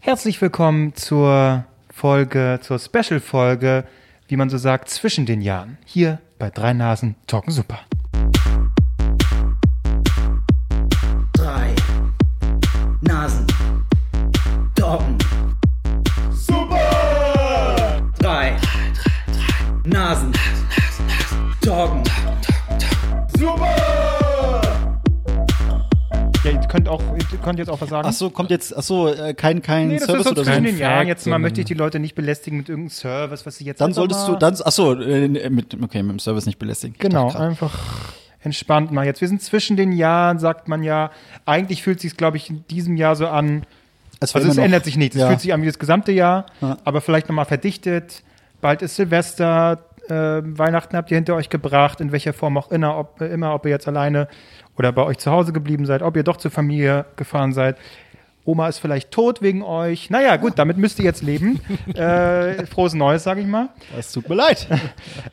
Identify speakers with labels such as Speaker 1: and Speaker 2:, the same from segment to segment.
Speaker 1: Herzlich willkommen zur Folge, zur Special-Folge, wie man so sagt, zwischen den Jahren. Hier bei Drei Nasen Talken Super.
Speaker 2: Drei Nasen. Doggen. Super! Drei Nasen. Doggen.
Speaker 1: Ja, ihr könnt, auch, ihr könnt jetzt auch was sagen.
Speaker 3: Ach so, kommt jetzt, ach so, äh, kein, kein
Speaker 1: Nee, das
Speaker 3: Service
Speaker 1: ist so
Speaker 3: oder so.
Speaker 1: zwischen den Jahren.
Speaker 4: Fact,
Speaker 1: Jetzt mal
Speaker 4: sondern-
Speaker 1: möchte ich die Leute nicht belästigen mit irgendeinem Service, was sie jetzt
Speaker 3: Dann
Speaker 1: einfach
Speaker 3: solltest
Speaker 1: mal-
Speaker 3: du, dann, ach so, äh, mit, okay, mit dem Service nicht belästigen. Ich
Speaker 1: Genau,
Speaker 3: dachte grad,
Speaker 1: einfach entspannt mal. Jetzt, wir sind zwischen den Jahren, sagt man ja. Eigentlich fühlt sich glaube ich, in diesem Jahr so an.
Speaker 3: als wäre
Speaker 1: Also es
Speaker 3: immer noch-
Speaker 1: ändert sich nichts. Es
Speaker 3: Ja.
Speaker 1: fühlt sich an wie das gesamte Jahr,
Speaker 3: Ja.
Speaker 1: aber vielleicht nochmal verdichtet. Bald ist Silvester, äh, Weihnachten habt ihr hinter euch gebracht, in welcher Form auch immer ob, äh, immer, ob ihr jetzt alleine oder bei euch zu Hause geblieben seid, ob ihr doch zur Familie gefahren seid. Oma ist vielleicht tot wegen euch. Naja, gut, damit müsst ihr jetzt leben. äh, frohes Neues, sage ich mal.
Speaker 3: Es tut mir leid.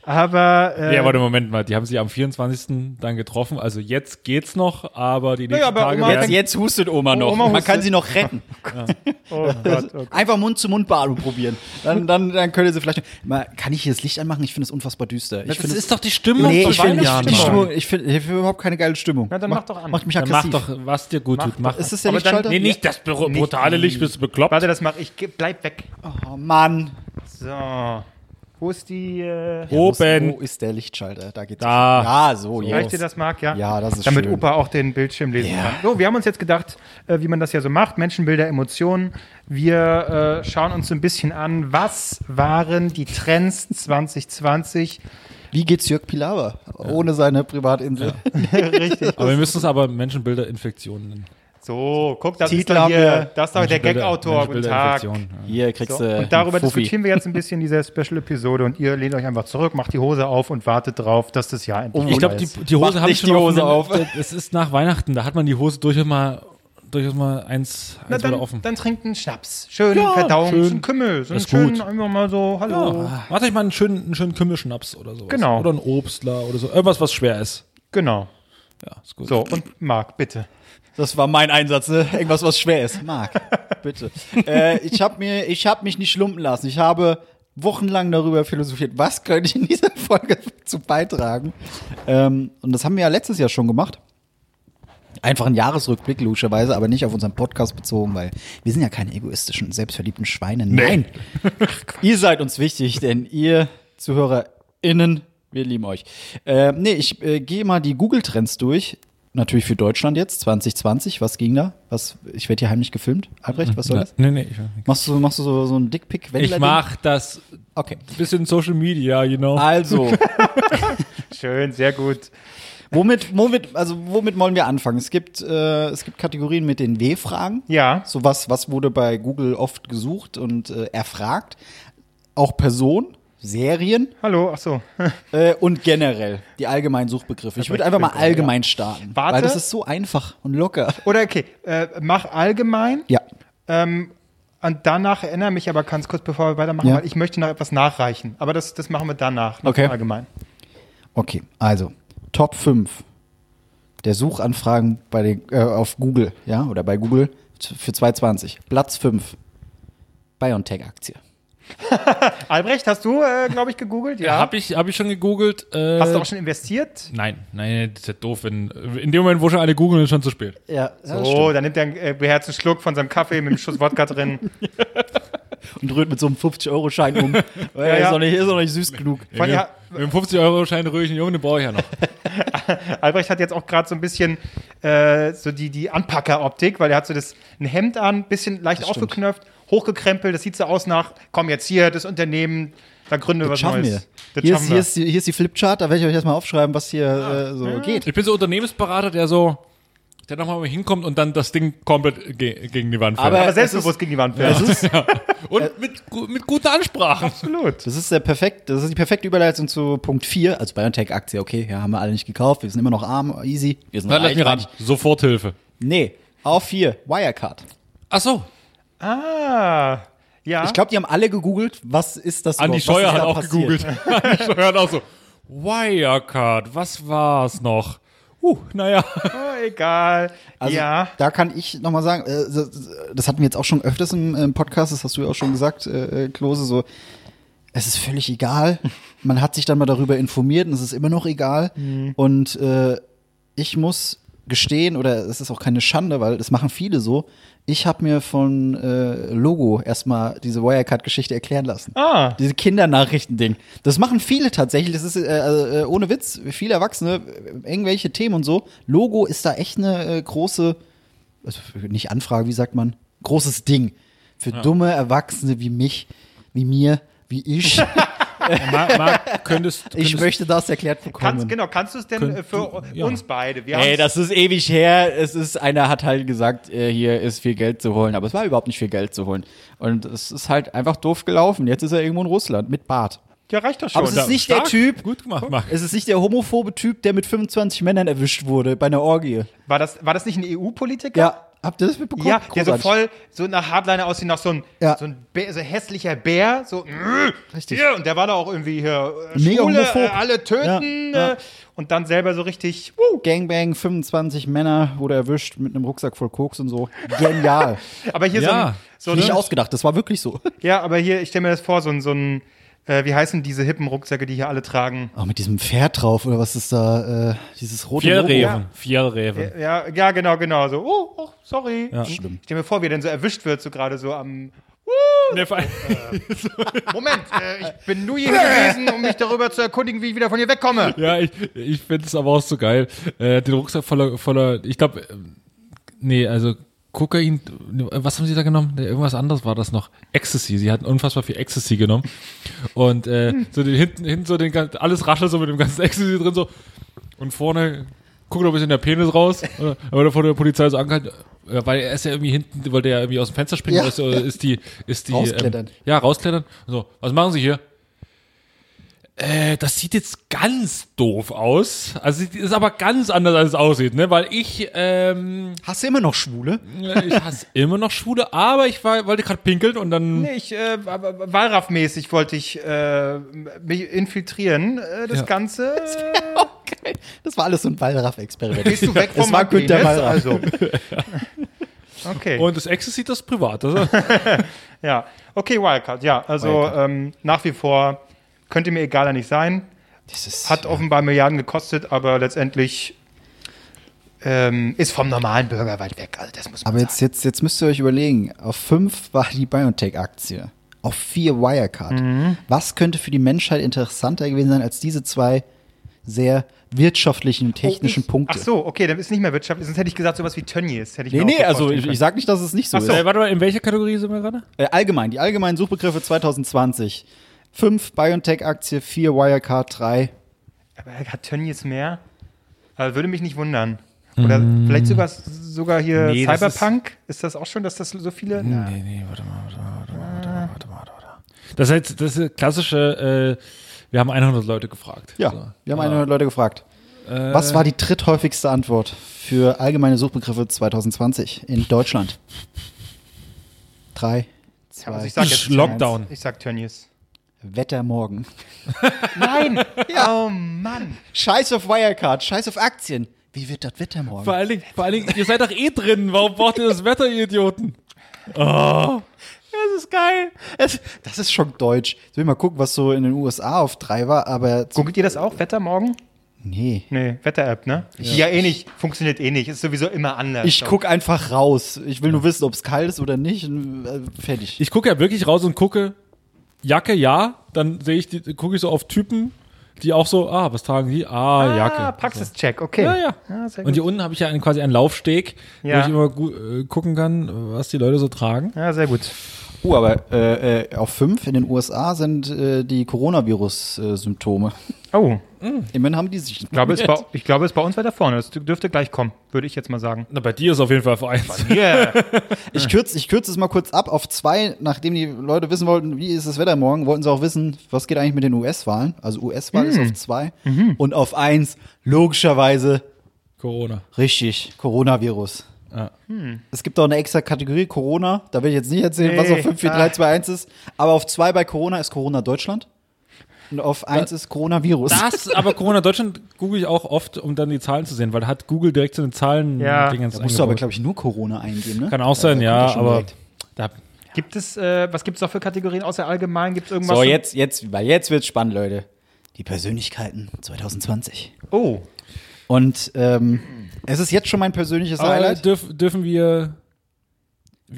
Speaker 1: Aber, äh,
Speaker 4: Ja, warte, Moment mal. Die haben sie am 24. dann getroffen. Also jetzt geht's noch, aber die nächsten
Speaker 1: aber
Speaker 4: Tage
Speaker 1: Oma
Speaker 4: werden...
Speaker 1: fängt-
Speaker 3: Also Jetzt hustet Oma noch.
Speaker 1: Oma
Speaker 3: Man
Speaker 1: hustet.
Speaker 3: kann sie noch retten.
Speaker 1: oh Gott, oh Gott.
Speaker 3: Einfach Mund-zu-Mund-Beatmung probieren. Dann, dann, dann könnte sie vielleicht. Mal, kann ich hier das Licht anmachen? Ich finde es unfassbar düster. Ich
Speaker 4: Das
Speaker 3: finde es-
Speaker 4: ist doch die Stimmung
Speaker 3: Nee,
Speaker 4: von
Speaker 3: ich finde
Speaker 4: Weihnachten.
Speaker 3: die, die Stimmung. Ich finde ich finde überhaupt keine geile Stimmung.
Speaker 1: Na, dann mach doch an.
Speaker 3: Macht mich
Speaker 4: Dann mach
Speaker 3: aggressiv.
Speaker 4: doch, was dir gut tut. Mach.
Speaker 3: Ist das der
Speaker 1: Aber dann-
Speaker 3: Lichtschalter?
Speaker 4: nee, nicht das br- brutale Licht, bist du bekloppt.
Speaker 1: Warte, das mache ich. Ge- Bleib weg.
Speaker 3: Oh Mann.
Speaker 1: So. Wo ist die. Äh,
Speaker 4: Oben.
Speaker 3: Wo ist der Lichtschalter? Da geht's.
Speaker 4: Da.
Speaker 3: Ja, so.
Speaker 1: Reicht dir
Speaker 3: Jetzt.
Speaker 1: das, Marc? Ja,
Speaker 3: Ja, das ist
Speaker 1: Damit
Speaker 3: schön.
Speaker 1: Opa auch den Bildschirm lesen
Speaker 3: Ja.
Speaker 1: kann. So, wir haben uns jetzt gedacht, äh, wie man das ja so macht, Menschenbilder, Emotionen. Wir äh, schauen uns so ein bisschen an, was waren die Trends 2020?
Speaker 3: Wie geht's Jörg Pilawa? Ohne seine Privatinsel.
Speaker 1: Richtig.
Speaker 4: Aber wir müssen es aber Menschenbilderinfektionen nennen.
Speaker 1: So, guck, das
Speaker 3: Titel
Speaker 1: ist doch
Speaker 3: haben
Speaker 1: hier,
Speaker 3: wir.
Speaker 1: das ist doch der
Speaker 4: Menschenbilder- äh,
Speaker 1: Gag-Autor. Guten Tag.
Speaker 4: Menschenbilderinfektionen,
Speaker 3: Hier kriegst
Speaker 1: So,
Speaker 3: du.
Speaker 1: und darüber
Speaker 3: einen Fuffi.
Speaker 1: diskutieren wir jetzt ein bisschen in dieser Special-Episode und ihr lehnt euch einfach zurück, macht die Hose auf und wartet drauf, dass das Jahr endlich
Speaker 4: ja. Ich glaube,
Speaker 1: vorbei
Speaker 4: die,
Speaker 1: ist.
Speaker 4: die Hose
Speaker 3: Mach
Speaker 4: habe ich
Speaker 3: nicht
Speaker 4: schon
Speaker 3: die Hose auf.
Speaker 4: Es ist nach Weihnachten, da hat man die Hose durchaus mal, durchaus mal eins,
Speaker 1: Na,
Speaker 4: eins
Speaker 1: dann,
Speaker 4: wieder offen.
Speaker 1: dann trinkt einen Schnaps. Schön,
Speaker 4: Ja,
Speaker 1: Verdauung,
Speaker 4: schön.
Speaker 1: so einen Kümmel, so einen
Speaker 4: Das ist gut.
Speaker 1: schönen, einfach mal so, hallo.
Speaker 4: ja. Macht euch mal einen schönen, einen schönen Kümmelschnaps oder sowas.
Speaker 1: Genau.
Speaker 4: Oder einen Obstler oder so. Irgendwas, was schwer ist.
Speaker 1: Genau.
Speaker 4: Ja, ist gut.
Speaker 1: So, und Marc, bitte.
Speaker 3: Das war mein Einsatz, ne? Irgendwas, was schwer ist. Marc, bitte. äh, ich habe mir, ich habe mich nicht lumpen lassen. Ich habe wochenlang darüber philosophiert, was könnte ich in dieser Folge zu beitragen. Ähm, und das haben wir ja letztes Jahr schon gemacht. Einfach ein Jahresrückblick, logischerweise, aber nicht auf unseren Podcast bezogen, weil wir sind ja keine egoistischen, selbstverliebten Schweine. Nein! ihr seid uns wichtig, denn ihr ZuhörerInnen, wir lieben euch. Äh, nee, ich äh, gehe mal die Google-Trends durch. Natürlich für Deutschland jetzt, 2020. Was ging da? Was, ich werde hier heimlich gefilmt. Albrecht, was soll
Speaker 4: Na,
Speaker 3: das?
Speaker 4: nee, nee, ich weiß nicht.
Speaker 3: Machst du, machst du so, so einen dickpick
Speaker 4: Ich mach das
Speaker 3: Okay.
Speaker 4: bisschen Social Media, you know.
Speaker 1: Ah,
Speaker 3: Also,
Speaker 1: Schön, sehr gut.
Speaker 3: womit, womit, also womit wollen wir anfangen? Es gibt, äh, es gibt Kategorien mit den W-Fragen.
Speaker 1: Ja,
Speaker 3: So was, was wurde bei Google oft gesucht und äh, erfragt. Auch Person, Serien
Speaker 1: hallo, ach so.
Speaker 3: äh, und generell die allgemeinen Suchbegriffe. Ich würde einfach mal allgemein starten,
Speaker 1: Warte.
Speaker 3: weil das ist so einfach und locker.
Speaker 1: Oder okay, äh, mach allgemein
Speaker 3: Ja,
Speaker 1: ähm, und danach erinnere mich aber ganz kurz, bevor wir weitermachen,
Speaker 3: Ja.
Speaker 1: weil ich möchte noch etwas nachreichen. Aber das, das machen wir danach, nach
Speaker 3: Okay.
Speaker 1: dem allgemein.
Speaker 3: okay. Also Top 5 der Suchanfragen bei den, äh, auf Google, ja, oder bei Google t- für 2020. Platz 5 BioNTech-Aktie.
Speaker 1: Albrecht, hast du, äh, glaube ich, gegoogelt? Ja.
Speaker 4: Hab ich, hab ich schon gegoogelt. Äh,
Speaker 1: hast du auch schon investiert?
Speaker 4: Nein, nein, das ist ja doof. In, in dem Moment, wo schon alle googeln, ist schon zu spät.
Speaker 3: Ja, das
Speaker 1: Oh, dann nimmt er einen äh, beherzten Schluck von seinem Kaffee mit einem Schuss Wodka drin.
Speaker 3: und rührt mit so einem 50-Euro-Schein um. ja,
Speaker 1: ja.
Speaker 3: Ist, doch nicht, ist doch nicht süß genug.
Speaker 1: Von, ja,
Speaker 4: Mit dem 50-Euro-Schein rühre ich einen Jungen, den brauche ich ja noch.
Speaker 1: Albrecht hat jetzt auch gerade so ein bisschen äh, so die, die Anpacker-Optik, weil er hat so das, ein Hemd an, bisschen leicht
Speaker 3: Das stimmt.
Speaker 1: aufgeknöpft, hochgekrempelt, das sieht so aus nach, komm jetzt hier, das Unternehmen, da gründen wir was
Speaker 3: schaffen wir.
Speaker 1: Neues. Das
Speaker 3: hier,
Speaker 1: schaffen
Speaker 3: ist,
Speaker 1: wir.
Speaker 3: hier, ist die, hier ist die Flipchart, da werde ich euch erstmal aufschreiben, was hier äh, so geht.
Speaker 4: Ich bin so Unternehmensberater, der so, der nochmal hinkommt und dann das Ding komplett ge gegen die Wand fällt.
Speaker 3: Aber
Speaker 1: aber
Speaker 3: äh,
Speaker 1: äh,
Speaker 3: es
Speaker 1: selbstbewusst
Speaker 3: ist-
Speaker 1: gegen die Wand fährt.
Speaker 4: und mit, gu- mit guten Ansprachen.
Speaker 1: Absolut.
Speaker 3: Das ist der perfekt, das ist die perfekte Überleitung zu Punkt 4, also BioNTech-Aktie, okay, ja, haben wir alle nicht gekauft, wir sind immer noch arm, easy. Wir sind
Speaker 4: Dann lass
Speaker 3: reich,
Speaker 4: mich ran.
Speaker 3: reich.
Speaker 4: Soforthilfe.
Speaker 3: Nee, auf 4, Wirecard.
Speaker 4: Ach so.
Speaker 1: Ah, ja.
Speaker 3: Ich glaube, die haben alle gegoogelt, was ist das was
Speaker 4: Andi
Speaker 3: ist
Speaker 4: Scheuer hat
Speaker 3: da
Speaker 4: auch
Speaker 3: passiert?
Speaker 4: gegoogelt. Andi Scheuer hat auch so. Wirecard, was war's noch? Uh, naja.
Speaker 1: Oh, egal.
Speaker 3: Also
Speaker 1: ja.
Speaker 3: da kann ich nochmal sagen, äh, das- das hatten wir jetzt auch schon öfters im, im Podcast, das hast du ja auch schon gesagt, äh, äh, Klose, so, es ist völlig egal. Man hat sich dann mal darüber informiert und es ist immer noch egal.
Speaker 1: Mhm.
Speaker 3: Und äh, ich muss gestehen, oder es ist auch keine Schande, weil das machen viele so, ich habe mir von äh, Logo erstmal diese Wirecard-Geschichte erklären lassen.
Speaker 1: Ah.
Speaker 3: Diese Kindernachrichten-Ding. Das machen viele tatsächlich. Das ist äh, also, äh, ohne Witz, viele Erwachsene, äh, irgendwelche Themen und so. Logo ist da echt eine äh, große, also nicht Anfrage, wie sagt man, großes Ding. Für dumme Erwachsene wie mich, wie mir, wie ich.
Speaker 4: Marc, Marc könntest,
Speaker 3: ich
Speaker 4: könntest
Speaker 3: möchte das erklärt bekommen.
Speaker 1: Kannst, genau, kannst du es denn
Speaker 4: Könnt-
Speaker 1: äh, für
Speaker 4: ja.
Speaker 1: uns beide? Wir
Speaker 3: Ey,
Speaker 1: haben's-
Speaker 3: das ist ewig her. Es ist, einer hat halt gesagt, äh, hier ist viel Geld zu holen, aber es war überhaupt nicht viel Geld zu holen. Und es ist halt einfach doof gelaufen. Jetzt ist er irgendwo in Russland mit Bart.
Speaker 1: ja, reicht doch schon.
Speaker 3: Aber es ist
Speaker 1: Da-
Speaker 3: nicht der
Speaker 4: Stark,
Speaker 3: Typ.
Speaker 4: Gut gemacht, Marc.
Speaker 3: Es ist nicht der homophobe Typ, der mit 25 Männern erwischt wurde bei einer Orgie.
Speaker 1: war, das, war das nicht ein E EU-Politiker?
Speaker 3: Ja, habt ihr das mitbekommen?
Speaker 1: Ja, der so
Speaker 3: Großartig.
Speaker 1: voll so nach Hardliner aussieht, nach so ein,
Speaker 3: Ja.
Speaker 1: so ein Bär, so hässlicher Bär, so
Speaker 3: Richtig.
Speaker 1: Ja, und der war da auch irgendwie hier äh,
Speaker 3: Mega
Speaker 1: Schwule,
Speaker 3: homophob.
Speaker 1: äh, alle töten
Speaker 3: Ja, ja.
Speaker 1: Äh, und dann selber so richtig uh, wuh.
Speaker 3: Gangbang, 25 Männer wurde erwischt mit einem Rucksack voll Koks und so. Genial.
Speaker 1: Aber hier
Speaker 4: Ja.
Speaker 1: so ein,
Speaker 3: nicht
Speaker 1: so ein
Speaker 3: ausgedacht, das war wirklich so.
Speaker 1: Ja, aber hier, ich stelle mir das vor, so ein, so ein äh, wie heißen diese hippen Rucksäcke, die hier alle tragen?
Speaker 3: Auch Oh, mit diesem Pferd drauf oder was ist da, äh, dieses rote
Speaker 4: Fjellreven. Fjellreven.
Speaker 1: Ja, ja, genau, genau, so, oh, oh sorry.
Speaker 4: Ja.
Speaker 1: Schlimm. Ich stelle mir vor, wie er denn so erwischt wird, so gerade so am
Speaker 4: Der Fall-
Speaker 1: Moment, äh, ich bin nur hier gewesen, um mich darüber zu erkundigen, wie ich wieder von hier wegkomme.
Speaker 4: Ja, ich, ich finde es aber auch so geil. Äh, den Rucksack voller, voller ich glaube, nee, also Kokain, was haben sie da genommen? Nee, Irgendwas anderes war das noch. Ecstasy, sie hatten unfassbar viel Ecstasy genommen. Und äh,
Speaker 3: Hm.
Speaker 4: so den, hinten, hinten so den ganzen, alles raschelt so mit dem ganzen Ecstasy drin so. Und vorne guckt noch ein bisschen der Penis raus. Oder, aber da vorne der Polizei so angehalten. Ja, weil er ist ja irgendwie hinten, wollte ja irgendwie aus dem Fenster springen,
Speaker 3: Ja,
Speaker 4: oder ist, oder ist die, ist die,
Speaker 3: Rausklettern.
Speaker 4: Ähm, ja, rausklettern. So, was machen sie hier? Äh, das sieht jetzt ganz doof aus. Also sieht- ist aber ganz anders, als es aussieht, ne? Weil ich, ähm,
Speaker 3: Hast du immer noch Schwule?
Speaker 4: Äh, ich hasse immer noch Schwule, aber ich war, wollte gerade pinkeln und dann.
Speaker 1: Nee, Ich, äh, Wahlraff-mäßig wollte ich äh, mich infiltrieren, äh, das
Speaker 4: Ja.
Speaker 1: Ganze.
Speaker 3: Okay. Das war alles so ein Wallraff-Experiment.
Speaker 1: Gehst du weg
Speaker 3: Das
Speaker 1: vom
Speaker 3: war
Speaker 1: Martin,
Speaker 3: Günter
Speaker 1: ne?
Speaker 3: Wallraff.
Speaker 1: Also. Okay,
Speaker 4: Und das Ecstasy, das ist privat. Also,
Speaker 1: ja. Okay, Wildcard, ja. Also
Speaker 3: Wildcard.
Speaker 1: ähm, nach wie vor könnte mir egaler nicht sein.
Speaker 3: Das ist,
Speaker 1: Hat offenbar Milliarden gekostet, aber letztendlich ähm, ist vom normalen Bürger weit weg. Also das muss man
Speaker 3: aber jetzt, jetzt, jetzt müsst ihr euch überlegen, auf fünf war die Biotech-Aktie, auf vier Wirecard.
Speaker 1: Mhm.
Speaker 3: Was könnte für die Menschheit interessanter gewesen sein als diese zwei sehr wirtschaftlichen und technischen Punkte?
Speaker 1: Oh, Ach so, okay, dann ist nicht mehr wirtschaftlich. Sonst hätte ich gesagt, sowas wie Tönnies. Hätte ich
Speaker 3: Nee,
Speaker 1: mir auch
Speaker 3: nee,
Speaker 1: gut
Speaker 3: also
Speaker 1: vorstellen
Speaker 3: ich,
Speaker 1: können.
Speaker 3: ich sag nicht, dass es nicht so,
Speaker 1: Ach so.
Speaker 3: ist.
Speaker 4: Äh, warte mal, in welcher Kategorie sind wir gerade?
Speaker 3: Äh, allgemein, die allgemeinen Suchbegriffe 2020. Fünf Biotech-Aktie, vier Wirecard, drei.
Speaker 1: Aber hat Tönnies mehr? Aber würde mich nicht wundern. Oder vielleicht sogar, sogar hier
Speaker 4: Nee, das
Speaker 1: Cyberpunk? Ist, das auch schon, dass das so viele.
Speaker 4: Nee, nee, warte mal, warte mal, warte mal, warte mal, warte mal, warte mal. Das ist jetzt, das ist klassische, äh, wir haben 100 Leute gefragt.
Speaker 3: Ja,
Speaker 4: So.
Speaker 3: wir haben 100 Leute gefragt. Was war die dritthäufigste Antwort für allgemeine Suchbegriffe 2020 in Deutschland? Drei, zwei,
Speaker 1: Also ich sag jetzt
Speaker 4: Lockdown.
Speaker 1: Ich sag Tönnies.
Speaker 3: Wetter morgen.
Speaker 1: Nein! Oh Mann!
Speaker 3: Scheiß auf Wirecard, scheiß auf Aktien. Wie wird das Wetter morgen?
Speaker 4: Vor allen, Dingen, vor allen Dingen, ihr seid doch eh drin. Warum braucht ihr das Wetter, ihr Idioten? Oh.
Speaker 3: Das ist geil. Es, das ist schon deutsch. Jetzt will ich mal gucken, was so in den USA auf drei war, aber. zu-
Speaker 1: Googelt ihr das auch? Wetter morgen?
Speaker 3: Nee.
Speaker 1: Nee, Wetter-App, ne? Ja. eh nicht. Funktioniert eh nicht. Ist sowieso immer anders.
Speaker 3: Ich guck einfach raus. Ich will nur wissen, ob es kalt ist oder nicht. und, äh, Fertig.
Speaker 4: Ich gucke ja wirklich raus und gucke, Jacke ja, dann sehe ich, die- gucke ich so auf Typen, die auch so, ah, was tragen die? Ah,
Speaker 1: Ah,
Speaker 4: Jacke.
Speaker 1: Praxischeck, okay. Ah,
Speaker 4: Ja, ja.
Speaker 1: sehr
Speaker 4: und
Speaker 1: gut.
Speaker 4: hier unten habe ich ja einen, quasi einen Laufsteg,
Speaker 1: Ja.
Speaker 4: wo ich immer gu äh, gucken kann, was die Leute so tragen.
Speaker 1: Ja, sehr gut.
Speaker 3: Oh, aber äh, äh, auf fünf in den USA sind äh, die äh, Coronavirus-Symptome.
Speaker 1: Oh,
Speaker 3: Immerhin haben die sich.
Speaker 1: ich glaube, es ist bei, ich glaube, es ist bei uns weiter vorne. Das dürfte gleich kommen, würde ich jetzt mal sagen.
Speaker 4: Na, bei dir ist auf jeden Fall vereins.
Speaker 1: Yeah.
Speaker 3: Ich kürze ich kürz es mal kurz ab. Auf zwei, nachdem die Leute wissen wollten, wie ist das Wetter morgen, wollten sie auch wissen, was geht eigentlich mit den US-Wahlen. Also US-Wahl ist auf zwei. Und auf eins, logischerweise,
Speaker 4: Corona.
Speaker 3: richtig, Coronavirus.
Speaker 4: Ja.
Speaker 3: Es gibt auch eine extra Kategorie Corona. Da will ich jetzt nicht erzählen, was
Speaker 1: Nee.
Speaker 3: auf 5, 4, 3, 2, 1 ist. Aber auf zwei bei Corona ist Corona Deutschland. Und auf eins ist Coronavirus.
Speaker 4: Das, aber Corona Deutschland google ich auch oft, um dann die Zahlen zu sehen, weil da hat Google direkt zu den Zahlen
Speaker 1: Ja.
Speaker 4: Dingens
Speaker 3: Da musst du aber,
Speaker 4: eingebaut.
Speaker 3: glaube ich, nur Corona eingeben, ne?
Speaker 4: Kann auch sein,
Speaker 3: da
Speaker 4: ja,
Speaker 3: kommt er schon
Speaker 4: aber
Speaker 3: direkt.
Speaker 4: da,
Speaker 1: Gibt es, äh, was gibt es noch für Kategorien außer allgemein? Gibt es irgendwas?
Speaker 3: So, jetzt, jetzt, weil jetzt wird's spannend, Leute. Die Persönlichkeiten 2020.
Speaker 1: Oh,
Speaker 3: Und ähm, es ist jetzt schon mein persönliches
Speaker 4: aber
Speaker 3: Highlight.
Speaker 4: Äh, dürf, dürfen wir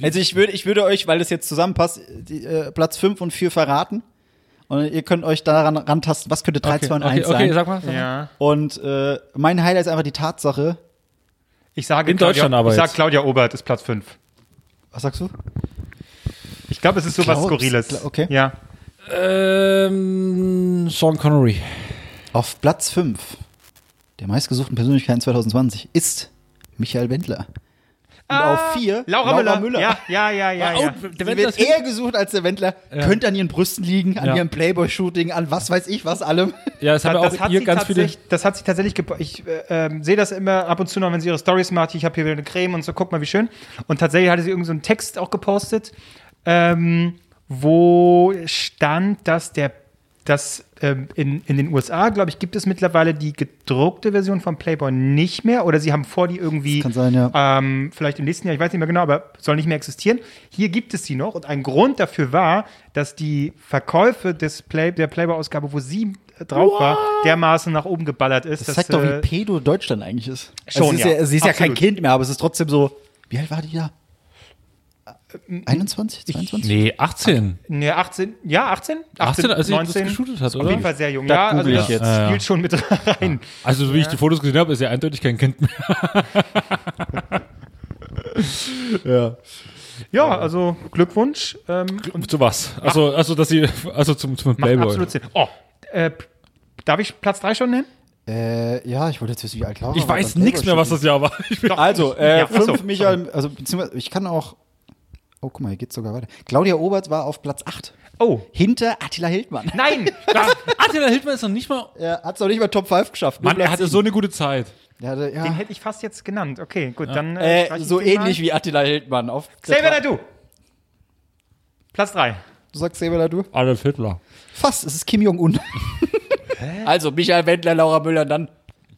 Speaker 3: Also ich würde, ich würde euch, weil das jetzt zusammenpasst, die, äh, Platz 5 und 4 verraten. Und ihr könnt euch daran rantasten, was könnte 3, 2 und
Speaker 4: okay,
Speaker 3: 1
Speaker 4: okay,
Speaker 3: sein.
Speaker 4: sag mal. Sag mal.
Speaker 1: ja.
Speaker 3: Und äh, mein Highlight ist einfach die Tatsache.
Speaker 1: Ich sage
Speaker 4: In
Speaker 1: Claudia,
Speaker 4: Deutschland aber
Speaker 1: Ich sag
Speaker 4: jetzt.
Speaker 1: Claudia Obert ist Platz 5.
Speaker 3: Was sagst du?
Speaker 1: Ich glaube, es ist sowas
Speaker 3: Glaubst-
Speaker 1: Skurriles.
Speaker 3: gla- okay.
Speaker 1: Ja.
Speaker 4: Ähm, Sean Connery.
Speaker 3: Auf Platz 5 der meistgesuchten Persönlichkeiten 2020 ist Michael Wendler. Und
Speaker 4: Ah,
Speaker 3: auf 4
Speaker 1: Ah, Laura, Müller. Ja, ja, ja, ja. ja.
Speaker 4: Oh, der
Speaker 3: Sie
Speaker 4: Wendler
Speaker 3: wird
Speaker 4: ist hin-
Speaker 3: eher gesucht als der Wendler. Könnte an ihren Brüsten liegen, an
Speaker 4: Ja.
Speaker 3: ihrem Playboy-Shooting, an was weiß ich was allem.
Speaker 4: ja, es haben ja
Speaker 1: Das
Speaker 4: auch
Speaker 1: hat,
Speaker 4: hier
Speaker 1: sie
Speaker 4: ganz viele.
Speaker 1: tatsächlich- das hat sie tatsächlich gepo- Ich äh, ähm, sehe das immer ab und zu noch, wenn sie ihre Stories macht. Ich habe hier wieder eine Creme und so, guck mal, wie schön. Und tatsächlich hatte sie irgendeinen so einen Text auch gepostet, ähm, wo stand, dass der dass ähm, in, in den USA, glaube ich, gibt es mittlerweile die gedruckte Version von Playboy nicht mehr. Oder sie haben vor, die irgendwie
Speaker 3: Das kann sein, ja.
Speaker 1: ähm, vielleicht im nächsten Jahr, ich weiß nicht mehr genau, aber soll nicht mehr existieren. Hier gibt es sie noch und ein Grund dafür war, dass die Verkäufe des Play der Playboy-Ausgabe, wo sie äh, drauf war, dermaßen nach oben geballert ist.
Speaker 3: Das zeigt doch, wie
Speaker 1: äh,
Speaker 3: pedo Deutschland eigentlich ist. Also
Speaker 1: Schon,
Speaker 3: sie ist ja,
Speaker 1: ja.
Speaker 3: sie ist ja kein
Speaker 1: Absolut.
Speaker 3: Kind mehr, aber es ist trotzdem so. Wie alt war die da? 21, 22?
Speaker 4: Nee, 18.
Speaker 1: ne, 18, ja, 18?
Speaker 4: 18, als ich
Speaker 1: 19.
Speaker 4: das geshootet hat,
Speaker 1: Auf jeden
Speaker 4: oder?
Speaker 1: Fall sehr jung.
Speaker 3: Das
Speaker 1: Ja, also
Speaker 3: google ich
Speaker 1: das
Speaker 3: jetzt.
Speaker 4: Ja, ja.
Speaker 1: spielt schon mit rein.
Speaker 4: Also, so wie ich die Fotos gesehen habe, ist ja eindeutig kein Kind mehr.
Speaker 1: Ja, also Glückwunsch. Ähm,
Speaker 4: Und zu was? Also, also, dass sie, also zum, zum
Speaker 1: macht
Speaker 4: Playboy.
Speaker 1: absolut Sinn. Oh, äh, darf ich Platz 3 schon nennen?
Speaker 3: Äh, ja, ich wollte jetzt wissen, wie alt Laura
Speaker 4: Ich weiß nichts mehr, was Oh, das Jahr war. Ich bin-
Speaker 1: Doch,
Speaker 3: Also,
Speaker 1: ich-
Speaker 3: äh,
Speaker 1: ja,
Speaker 3: fünf
Speaker 1: achso, sorry.
Speaker 3: Michael, also beziehungsweise, ich kann auch. Oh, guck mal, hier geht's sogar weiter. Claudia Obert war auf Platz 8.
Speaker 1: Oh,
Speaker 3: Hinter Attila Hildmann.
Speaker 1: nein!
Speaker 4: Das, Attila Hildmann ist noch nicht mal.
Speaker 3: Er hat's noch nicht mal Top 5 geschafft. nur
Speaker 4: Mann, er
Speaker 3: Platz
Speaker 4: hatte so eine gute Zeit.
Speaker 3: sieben. Der hatte, ja.
Speaker 1: Den hätte ich fast jetzt genannt. Okay, gut, dann.
Speaker 3: äh,
Speaker 1: streich ich
Speaker 3: so
Speaker 1: den mal.
Speaker 3: ähnlich wie Attila Hildmann. Auf der
Speaker 1: Xavier
Speaker 3: Tra-
Speaker 1: Naidu. Platz 3.
Speaker 3: Du sagst Xavier du?
Speaker 4: Adolf Hitler.
Speaker 3: Fast, es ist Kim Jong-un. also, Michael Wendler, Laura Müller, dann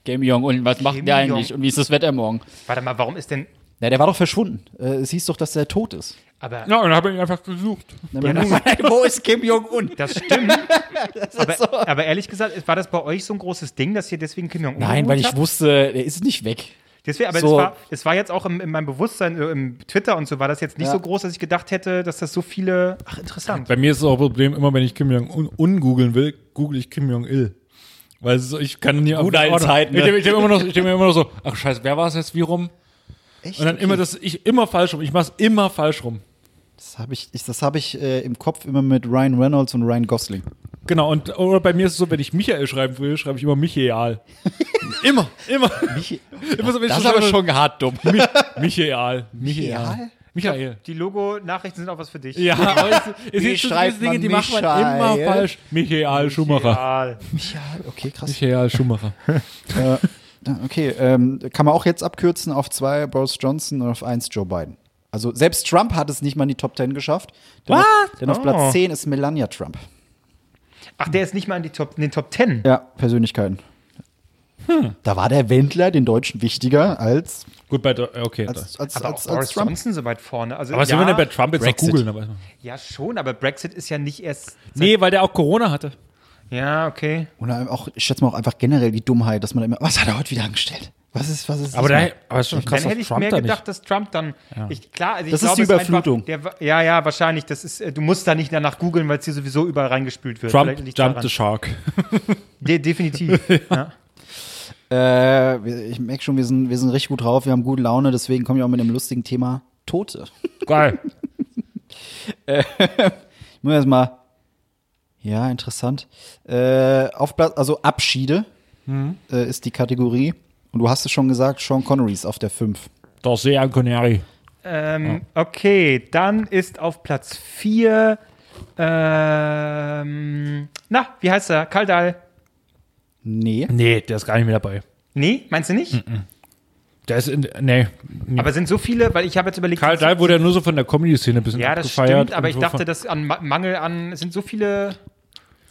Speaker 3: Kim Jong-un. Was macht
Speaker 1: Kim
Speaker 3: der
Speaker 1: Jong-
Speaker 3: eigentlich? Und wie ist das Wetter morgen?
Speaker 1: Warte mal, warum ist denn.
Speaker 3: Na, der war doch verschwunden. Äh, es hieß doch, dass der tot ist.
Speaker 1: Aber
Speaker 4: Ja, und dann habe ich ihn einfach gesucht.
Speaker 3: Wo ist Kim Jong-un?
Speaker 1: das stimmt. aber, aber ehrlich gesagt, war das bei euch so ein großes Ding, dass ihr deswegen Kim Jong-un
Speaker 3: Nein, weil
Speaker 1: geholt
Speaker 3: ich
Speaker 1: habt?
Speaker 3: wusste, der ist nicht weg.
Speaker 1: Deswegen, aber
Speaker 3: so-
Speaker 1: es, war, es war jetzt auch im, in meinem Bewusstsein, äh, im Twitter und so, war das jetzt nicht
Speaker 3: Ja.
Speaker 1: so groß, dass ich gedacht hätte, dass das so viele. Ach, interessant.
Speaker 4: Bei mir ist es auch ein Problem, immer wenn ich Kim Jong-un un googeln will, google ich Kim Jong-il. Weil so, ich kann nie
Speaker 3: Gute alte
Speaker 4: Ordnung-
Speaker 3: Zeit, ne?
Speaker 4: Ich denke immer noch, ich denk mir immer noch so, ach scheiße, wer war es jetzt wie rum?
Speaker 3: Echt?
Speaker 4: Und dann immer das, ich immer falsch rum. Ich mach's immer falsch rum.
Speaker 3: Das habe ich, ich, das hab ich äh, im Kopf immer mit Ryan Reynolds und Ryan Gosling.
Speaker 4: Genau, und oder bei mir ist es so, wenn ich Michael schreiben will, schreibe ich immer Michael. immer, immer. immer so, wenn ich schreibe,
Speaker 3: hart dumm.
Speaker 4: Mi Michael. Michael.
Speaker 3: Michael?
Speaker 4: Michael.
Speaker 1: Die Logo-Nachrichten sind auch was für dich.
Speaker 4: Ja, aber es, es
Speaker 3: Wie
Speaker 4: sind so
Speaker 3: schreibt
Speaker 4: diese Dinge,
Speaker 3: man
Speaker 4: die macht man immer
Speaker 3: Michael?
Speaker 4: falsch. Michael Schumacher.
Speaker 1: Egal.
Speaker 3: Michael, okay, krass.
Speaker 4: Michael Schumacher.
Speaker 3: Äh, okay, ähm, kann man auch jetzt abkürzen auf zwei Boris Johnson und auf eins Joe Biden. Also selbst Trump hat es nicht mal in die Top Ten geschafft. Denn, Auf, denn auf
Speaker 1: Oh.
Speaker 3: Platz 10 ist Melania Trump.
Speaker 1: Ach, der ist nicht mal in, die Top, in den Top 10.
Speaker 3: Ja, Persönlichkeiten. Da war der Wendler den Deutschen wichtiger als,
Speaker 4: Gut, bei der- okay. da-
Speaker 3: als, als,
Speaker 1: Aber
Speaker 3: als,
Speaker 1: Also auch Boris
Speaker 3: als Trump.
Speaker 1: Johnson so weit vorne. Also,
Speaker 4: Also, Aber was
Speaker 1: ja,
Speaker 4: will man denn bei Trump jetzt
Speaker 3: Brexit.
Speaker 4: noch googeln? Aber
Speaker 1: ja, schon, aber Brexit ist ja nicht erst.
Speaker 4: nee, weil der auch Corona hatte.
Speaker 1: Ja, okay.
Speaker 3: Und auch, ich schätze mal auch einfach generell die Dummheit, dass man immer, was hat er heute wieder angestellt? Was ist, was ist das mal?
Speaker 4: aber ist schon
Speaker 1: dann hätte ich mehr gedacht, dass Trump dann. Ich, klar, also ich
Speaker 3: Das ist
Speaker 1: glaube,
Speaker 3: die
Speaker 1: es einfach-
Speaker 3: Überflutung.
Speaker 1: der, wa- ja, ja, wahrscheinlich. Das ist, äh, du musst da nicht danach googeln, weil es hier sowieso überall reingespült wird.
Speaker 4: Trump
Speaker 1: Vielleicht liegt's
Speaker 4: jumped the
Speaker 1: daran.
Speaker 4: shark.
Speaker 1: De definitiv. ja.
Speaker 3: Äh, wir- ich merke schon, wir sind, wir sind richtig gut drauf, wir haben gute Laune, deswegen komme ich auch mit einem lustigen Thema Tote.
Speaker 4: Geil.
Speaker 3: Ich muss erstmal. Ja, interessant. Äh, auf Platz, also Abschiede
Speaker 4: Mhm.
Speaker 3: äh, ist die Kategorie. Und du hast es schon gesagt, Sean Connery ist auf der 5.
Speaker 4: Doch sehr an Connery.
Speaker 1: Ähm, okay, dann ist auf Platz 4. Ähm, na, wie heißt er? Kaldal.
Speaker 3: Nee.
Speaker 4: Nee, der ist gar nicht mehr dabei.
Speaker 1: Nee, meinst du nicht?
Speaker 4: Mhm. Der ist in, nee.
Speaker 1: Aber sind so viele, weil ich habe jetzt überlegt.
Speaker 4: Karl Dahl wurde ja nur so von der Comedy-Szene ein bisschen
Speaker 1: ja, das
Speaker 4: abgefeiert.
Speaker 1: stimmt, aber ich dachte,
Speaker 4: das
Speaker 1: dass an Ma Mangel an. Es sind so viele.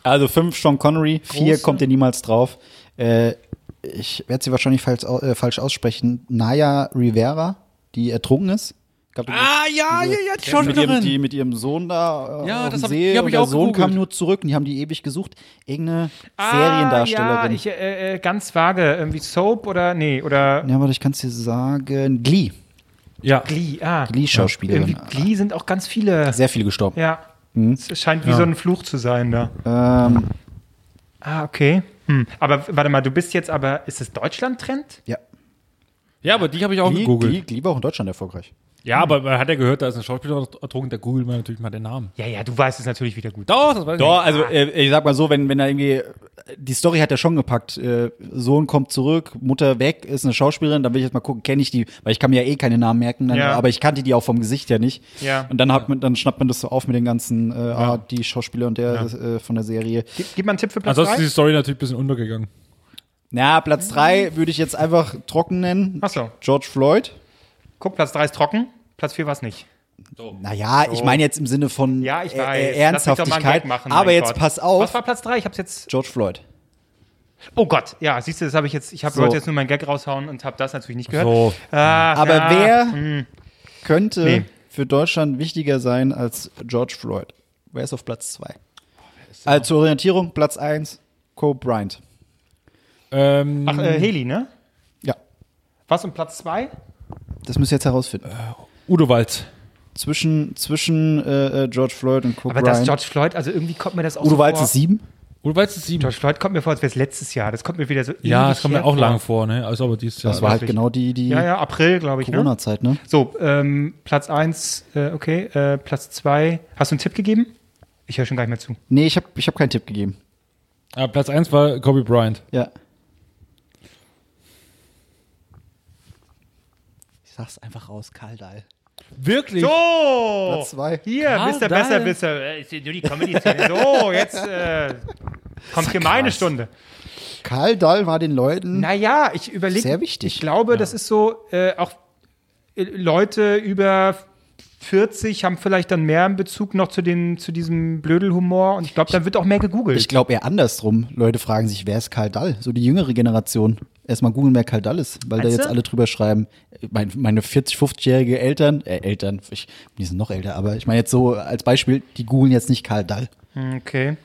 Speaker 3: Also fünf Sean Connery, vier
Speaker 1: Große.
Speaker 3: kommt ihr niemals drauf. Äh, ich werde sie wahrscheinlich falsch, au- äh, falsch aussprechen. Naya Rivera, die ertrunken ist. Ich glaub, du-
Speaker 4: Ah, ja, ja, ja, die
Speaker 3: mit ihrem, die mit ihrem Sohn da äh,
Speaker 4: Ja,
Speaker 3: auf
Speaker 4: das
Speaker 3: dem
Speaker 4: hab-
Speaker 3: See
Speaker 4: die hab
Speaker 3: und
Speaker 4: ich
Speaker 3: der
Speaker 4: auch
Speaker 3: Sohn kam
Speaker 4: gegoogelt. Ah,
Speaker 3: nur zurück und die haben die ewig gesucht. Irgendeine
Speaker 1: Ja,
Speaker 3: Seriendarstellerin.
Speaker 1: ich, äh, äh, ganz vage. Irgendwie Soap oder, nee, oder
Speaker 3: Ja, aber ich kann es dir sagen. Glee.
Speaker 4: Ja,
Speaker 1: Glee. Ah,
Speaker 3: Glee-Schauspielerin.
Speaker 1: irgendwie Glee sind auch ganz viele.
Speaker 3: Sehr viele gestorben.
Speaker 1: Ja.
Speaker 3: Hm.
Speaker 1: Es scheint wie so ein Fluch zu sein da.
Speaker 3: Ähm,
Speaker 1: Ah, okay. Hm. Aber warte mal, du bist jetzt aber, ist es Deutschland-Trend?
Speaker 3: ja.
Speaker 4: ja, aber die habe ich auch
Speaker 3: Glee,
Speaker 4: gegoogelt.
Speaker 3: Glee, Glee war auch in Deutschland erfolgreich.
Speaker 4: Ja, aber man hat ja gehört, da ist ein Schauspieler ertrunken, da googelt man natürlich mal den Namen.
Speaker 1: Ja, ja, du weißt es natürlich wieder gut.
Speaker 4: Doch, das war
Speaker 3: Doch, also
Speaker 1: Ah.
Speaker 3: äh, ich sag mal so, wenn, wenn da irgendwie, die Story hat er schon gepackt. Äh, Sohn kommt zurück, Mutter weg, ist eine Schauspielerin, dann will ich jetzt mal gucken, kenne ich die, weil ich kann mir ja eh keine Namen merken, dann,
Speaker 1: Ja.
Speaker 3: aber ich kannte die auch vom Gesicht ja nicht.
Speaker 1: Ja.
Speaker 3: Und dann hat man, dann schnappt man das so auf mit den ganzen, äh, ah, die Schauspieler und der äh, von der Serie.
Speaker 1: Gib, gib mal einen Tipp für Platz
Speaker 4: Ansonsten ist die
Speaker 1: drei.
Speaker 4: Story natürlich ein bisschen untergegangen.
Speaker 3: Na, Platz drei würde ich jetzt einfach trocken nennen.
Speaker 1: Ach so.
Speaker 3: George Floyd.
Speaker 1: Guck, Platz 3 ist trocken, Platz 4 war es nicht.
Speaker 3: Naja, ich meine jetzt im Sinne von
Speaker 1: Ja, ich
Speaker 3: äh,
Speaker 1: weiß.
Speaker 3: äh,
Speaker 1: Lass mich doch mal einen
Speaker 3: Ernsthaftigkeit.
Speaker 1: Gag machen,
Speaker 3: aber
Speaker 1: mein
Speaker 3: jetzt
Speaker 1: Gott.
Speaker 3: pass
Speaker 1: Was
Speaker 3: auf,
Speaker 1: war Platz 3? Ich hab's jetzt.
Speaker 3: George Floyd.
Speaker 1: Oh Gott, ja, siehst du, das habe ich jetzt. Ich hab,
Speaker 3: So.
Speaker 1: wollte jetzt nur meinen Gag raushauen und habe das natürlich nicht gehört.
Speaker 4: So. Hm.
Speaker 1: Ach,
Speaker 3: Aber
Speaker 1: ja. hm.
Speaker 3: wer könnte
Speaker 1: Nee.
Speaker 3: für Deutschland wichtiger sein als George Floyd? Wer ist auf Platz 2? Also zur Orientierung, Platz 1, Kobe Bryant.
Speaker 4: Ähm,
Speaker 1: Ach, äh, Heli, ne?
Speaker 3: Ja,
Speaker 1: Was um Platz 2?
Speaker 3: das müsst ihr jetzt herausfinden.
Speaker 4: Udo Walz.
Speaker 3: Zwischen, zwischen äh, äh, George Floyd und Kobe
Speaker 1: Aber das
Speaker 3: Bryant.
Speaker 1: George Floyd, also irgendwie kommt mir das auch
Speaker 3: Udo
Speaker 1: so
Speaker 3: Walz
Speaker 1: vor.
Speaker 3: ist 7.
Speaker 4: Udo Walz ist sieben.
Speaker 1: George Floyd kommt mir vor, als wäre es letztes Jahr. Das kommt mir wieder so.
Speaker 4: ja,
Speaker 1: ewig
Speaker 4: das kommt mir
Speaker 1: her
Speaker 4: auch
Speaker 1: vor.
Speaker 4: lang vor, ne? Also aber dieses Jahr.
Speaker 3: Das war halt
Speaker 1: wirklich.
Speaker 3: genau die, die
Speaker 1: Ja, ja, April, glaube ich. Ne?
Speaker 3: Corona-Zeit, ne?
Speaker 1: So, ähm, Platz 1, äh, okay, äh, Platz 2. Hast du einen Tipp gegeben? Ich höre schon gar nicht mehr zu.
Speaker 3: Nee, ich habe ich hab keinen Tipp gegeben.
Speaker 4: Ah, Platz 1 war Kobe Bryant.
Speaker 3: Ja. Ich sag's einfach raus, Karl Dahl.
Speaker 4: Wirklich?
Speaker 1: So!
Speaker 3: Platz zwei.
Speaker 1: Hier,
Speaker 4: Karl
Speaker 1: Mr.
Speaker 4: Dahl.
Speaker 1: Besserwisser. Äh, ist hier nur die Comedy-Szene. So, jetzt äh, kommt hier meine Stunde.
Speaker 3: Karl Dahl war den Leuten
Speaker 1: Naja, ich
Speaker 3: sehr
Speaker 1: überlege. Ich
Speaker 3: wichtig.
Speaker 1: glaube, das ist so, äh, auch äh, Leute über 40 haben vielleicht dann mehr in Bezug noch zu, den, zu diesem Blödelhumor und ich glaube, dann wird auch mehr gegoogelt.
Speaker 3: Ich glaube eher andersrum. Leute fragen sich, wer ist Karl Dall? So die jüngere Generation. Erstmal googeln, wer Karl Dall ist, weil da
Speaker 1: Meinst
Speaker 3: jetzt
Speaker 1: du?
Speaker 3: alle drüber schreiben. Mein, meine 40-, 50-jährige Eltern, äh, Eltern, ich, die sind noch älter, aber ich meine jetzt so als Beispiel, die googeln jetzt nicht Karl Dall.
Speaker 1: Hm, Okay.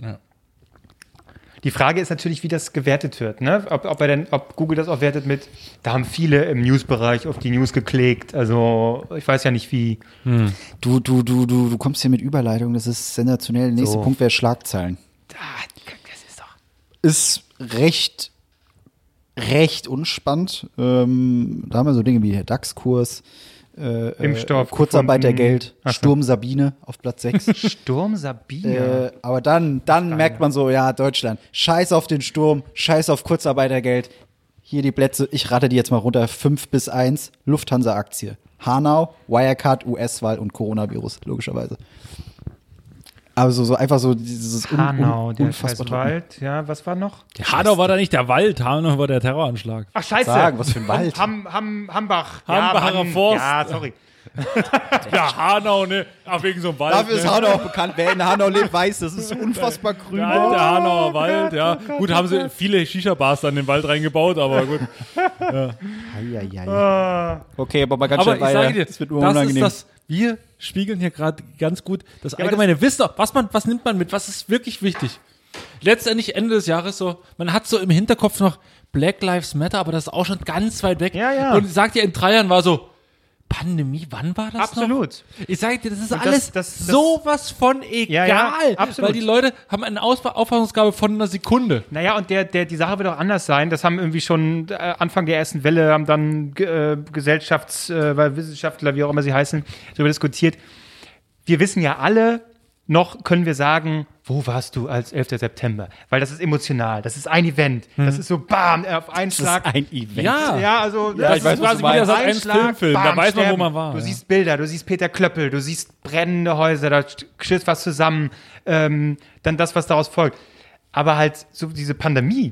Speaker 4: Ja.
Speaker 1: Die Frage ist natürlich, wie das gewertet wird, ne? Ob, ob, er denn, ob Google das auch wertet mit, da haben viele im News-Bereich auf die News geklickt. Also ich weiß ja nicht wie.
Speaker 3: Du, du, du, du, du kommst hier mit Überleitung, das ist sensationell. Nächster
Speaker 1: So.
Speaker 3: Punkt wäre Schlagzeilen.
Speaker 1: Ah, das ist doch.
Speaker 3: Ist recht, recht unspannend. Ähm, da haben wir so Dinge wie der DAX-Kurs, äh, äh,
Speaker 1: Impfstoff
Speaker 3: Kurzarbeitergeld,
Speaker 1: gefunden. Ach so.
Speaker 3: Sturm Sabine auf Platz 6.
Speaker 1: Sturm Sabine.
Speaker 3: Äh, aber dann, dann merkt man so, ja, Deutschland, scheiß auf den Sturm, scheiß auf Kurzarbeitergeld. Hier die Plätze, ich rate die jetzt mal runter, 5 bis 1, Lufthansa-Aktie. Hanau, Wirecard, US-Wahl und Coronavirus, logischerweise. Also so einfach so dieses Äh, un-
Speaker 1: Hanau,
Speaker 3: un-
Speaker 1: der
Speaker 3: unfassbar
Speaker 1: scheiß
Speaker 3: trocken.
Speaker 1: Wald. Ja, was war noch?
Speaker 4: Hanau war da nicht der Wald, Hanau war der Terroranschlag.
Speaker 1: Ach, scheiße.
Speaker 3: Sagen, was für ein Wald.
Speaker 1: Ham, Ham, Hambach.
Speaker 4: Hambacher
Speaker 1: Mann.
Speaker 4: Forst.
Speaker 1: Ja, sorry.
Speaker 4: Ja, Hanau, ne? Ach, wegen so einem Wald.
Speaker 3: Dafür ist
Speaker 4: ne?
Speaker 3: Hanau auch bekannt. Wer in Hanau lebt, weiß, das ist unfassbar grün.
Speaker 4: Der alte Hanauer Wald, ja. gut, haben sie viele Shisha-Bars dann in den Wald reingebaut, aber gut.
Speaker 3: Eieiei. Okay, aber mal ganz
Speaker 4: Ah.
Speaker 3: schnell
Speaker 4: Aber ich
Speaker 3: weiter.
Speaker 4: sage dir,
Speaker 3: das
Speaker 4: das,
Speaker 3: wird nur unangenehm.
Speaker 4: ist das, wir spiegeln hier gerade ganz gut das allgemeine Wissen, auf. was man, was nimmt man mit, was ist wirklich wichtig. Letztendlich Ende des Jahres so, man hat so im Hinterkopf noch Black Lives Matter, aber das ist auch schon ganz weit weg.
Speaker 1: Ja, ja.
Speaker 4: Und sagt dir, in drei Jahren war so, Pandemie, wann war das noch?
Speaker 1: Absolut.
Speaker 4: Ich sage dir, das ist
Speaker 1: das-
Speaker 4: alles
Speaker 1: das- das-
Speaker 4: sowas von
Speaker 1: Ja,
Speaker 4: egal,
Speaker 1: ja, absolut.
Speaker 4: weil die Leute haben eine Aus Auffassungsgabe von einer Sekunde.
Speaker 1: Naja, und der, der, die Sache wird auch anders sein. Das haben irgendwie schon äh, Anfang der ersten Welle, haben dann ge- äh, Gesellschafts-, äh, weil Wissenschaftler, wie auch immer sie heißen, darüber diskutiert. Wir wissen ja alle, noch können wir sagen, wo warst du als 11. September? Weil das ist emotional, das ist ein Event. Das ist so, bam, auf einen Schlag.
Speaker 3: ein Event.
Speaker 4: Ah. Ja,
Speaker 1: Ja, also das
Speaker 4: ich weiß, was du
Speaker 1: quasi
Speaker 4: meinst.
Speaker 1: wie der
Speaker 4: Ein
Speaker 1: Satz,
Speaker 4: Filmfilm, da weiß man, wo man war,
Speaker 1: Du
Speaker 4: ja.
Speaker 1: siehst Bilder, du siehst Peter Klöppel, du siehst brennende Häuser, da schießt was zusammen, ähm, dann das, was daraus folgt. Aber halt so diese Pandemie,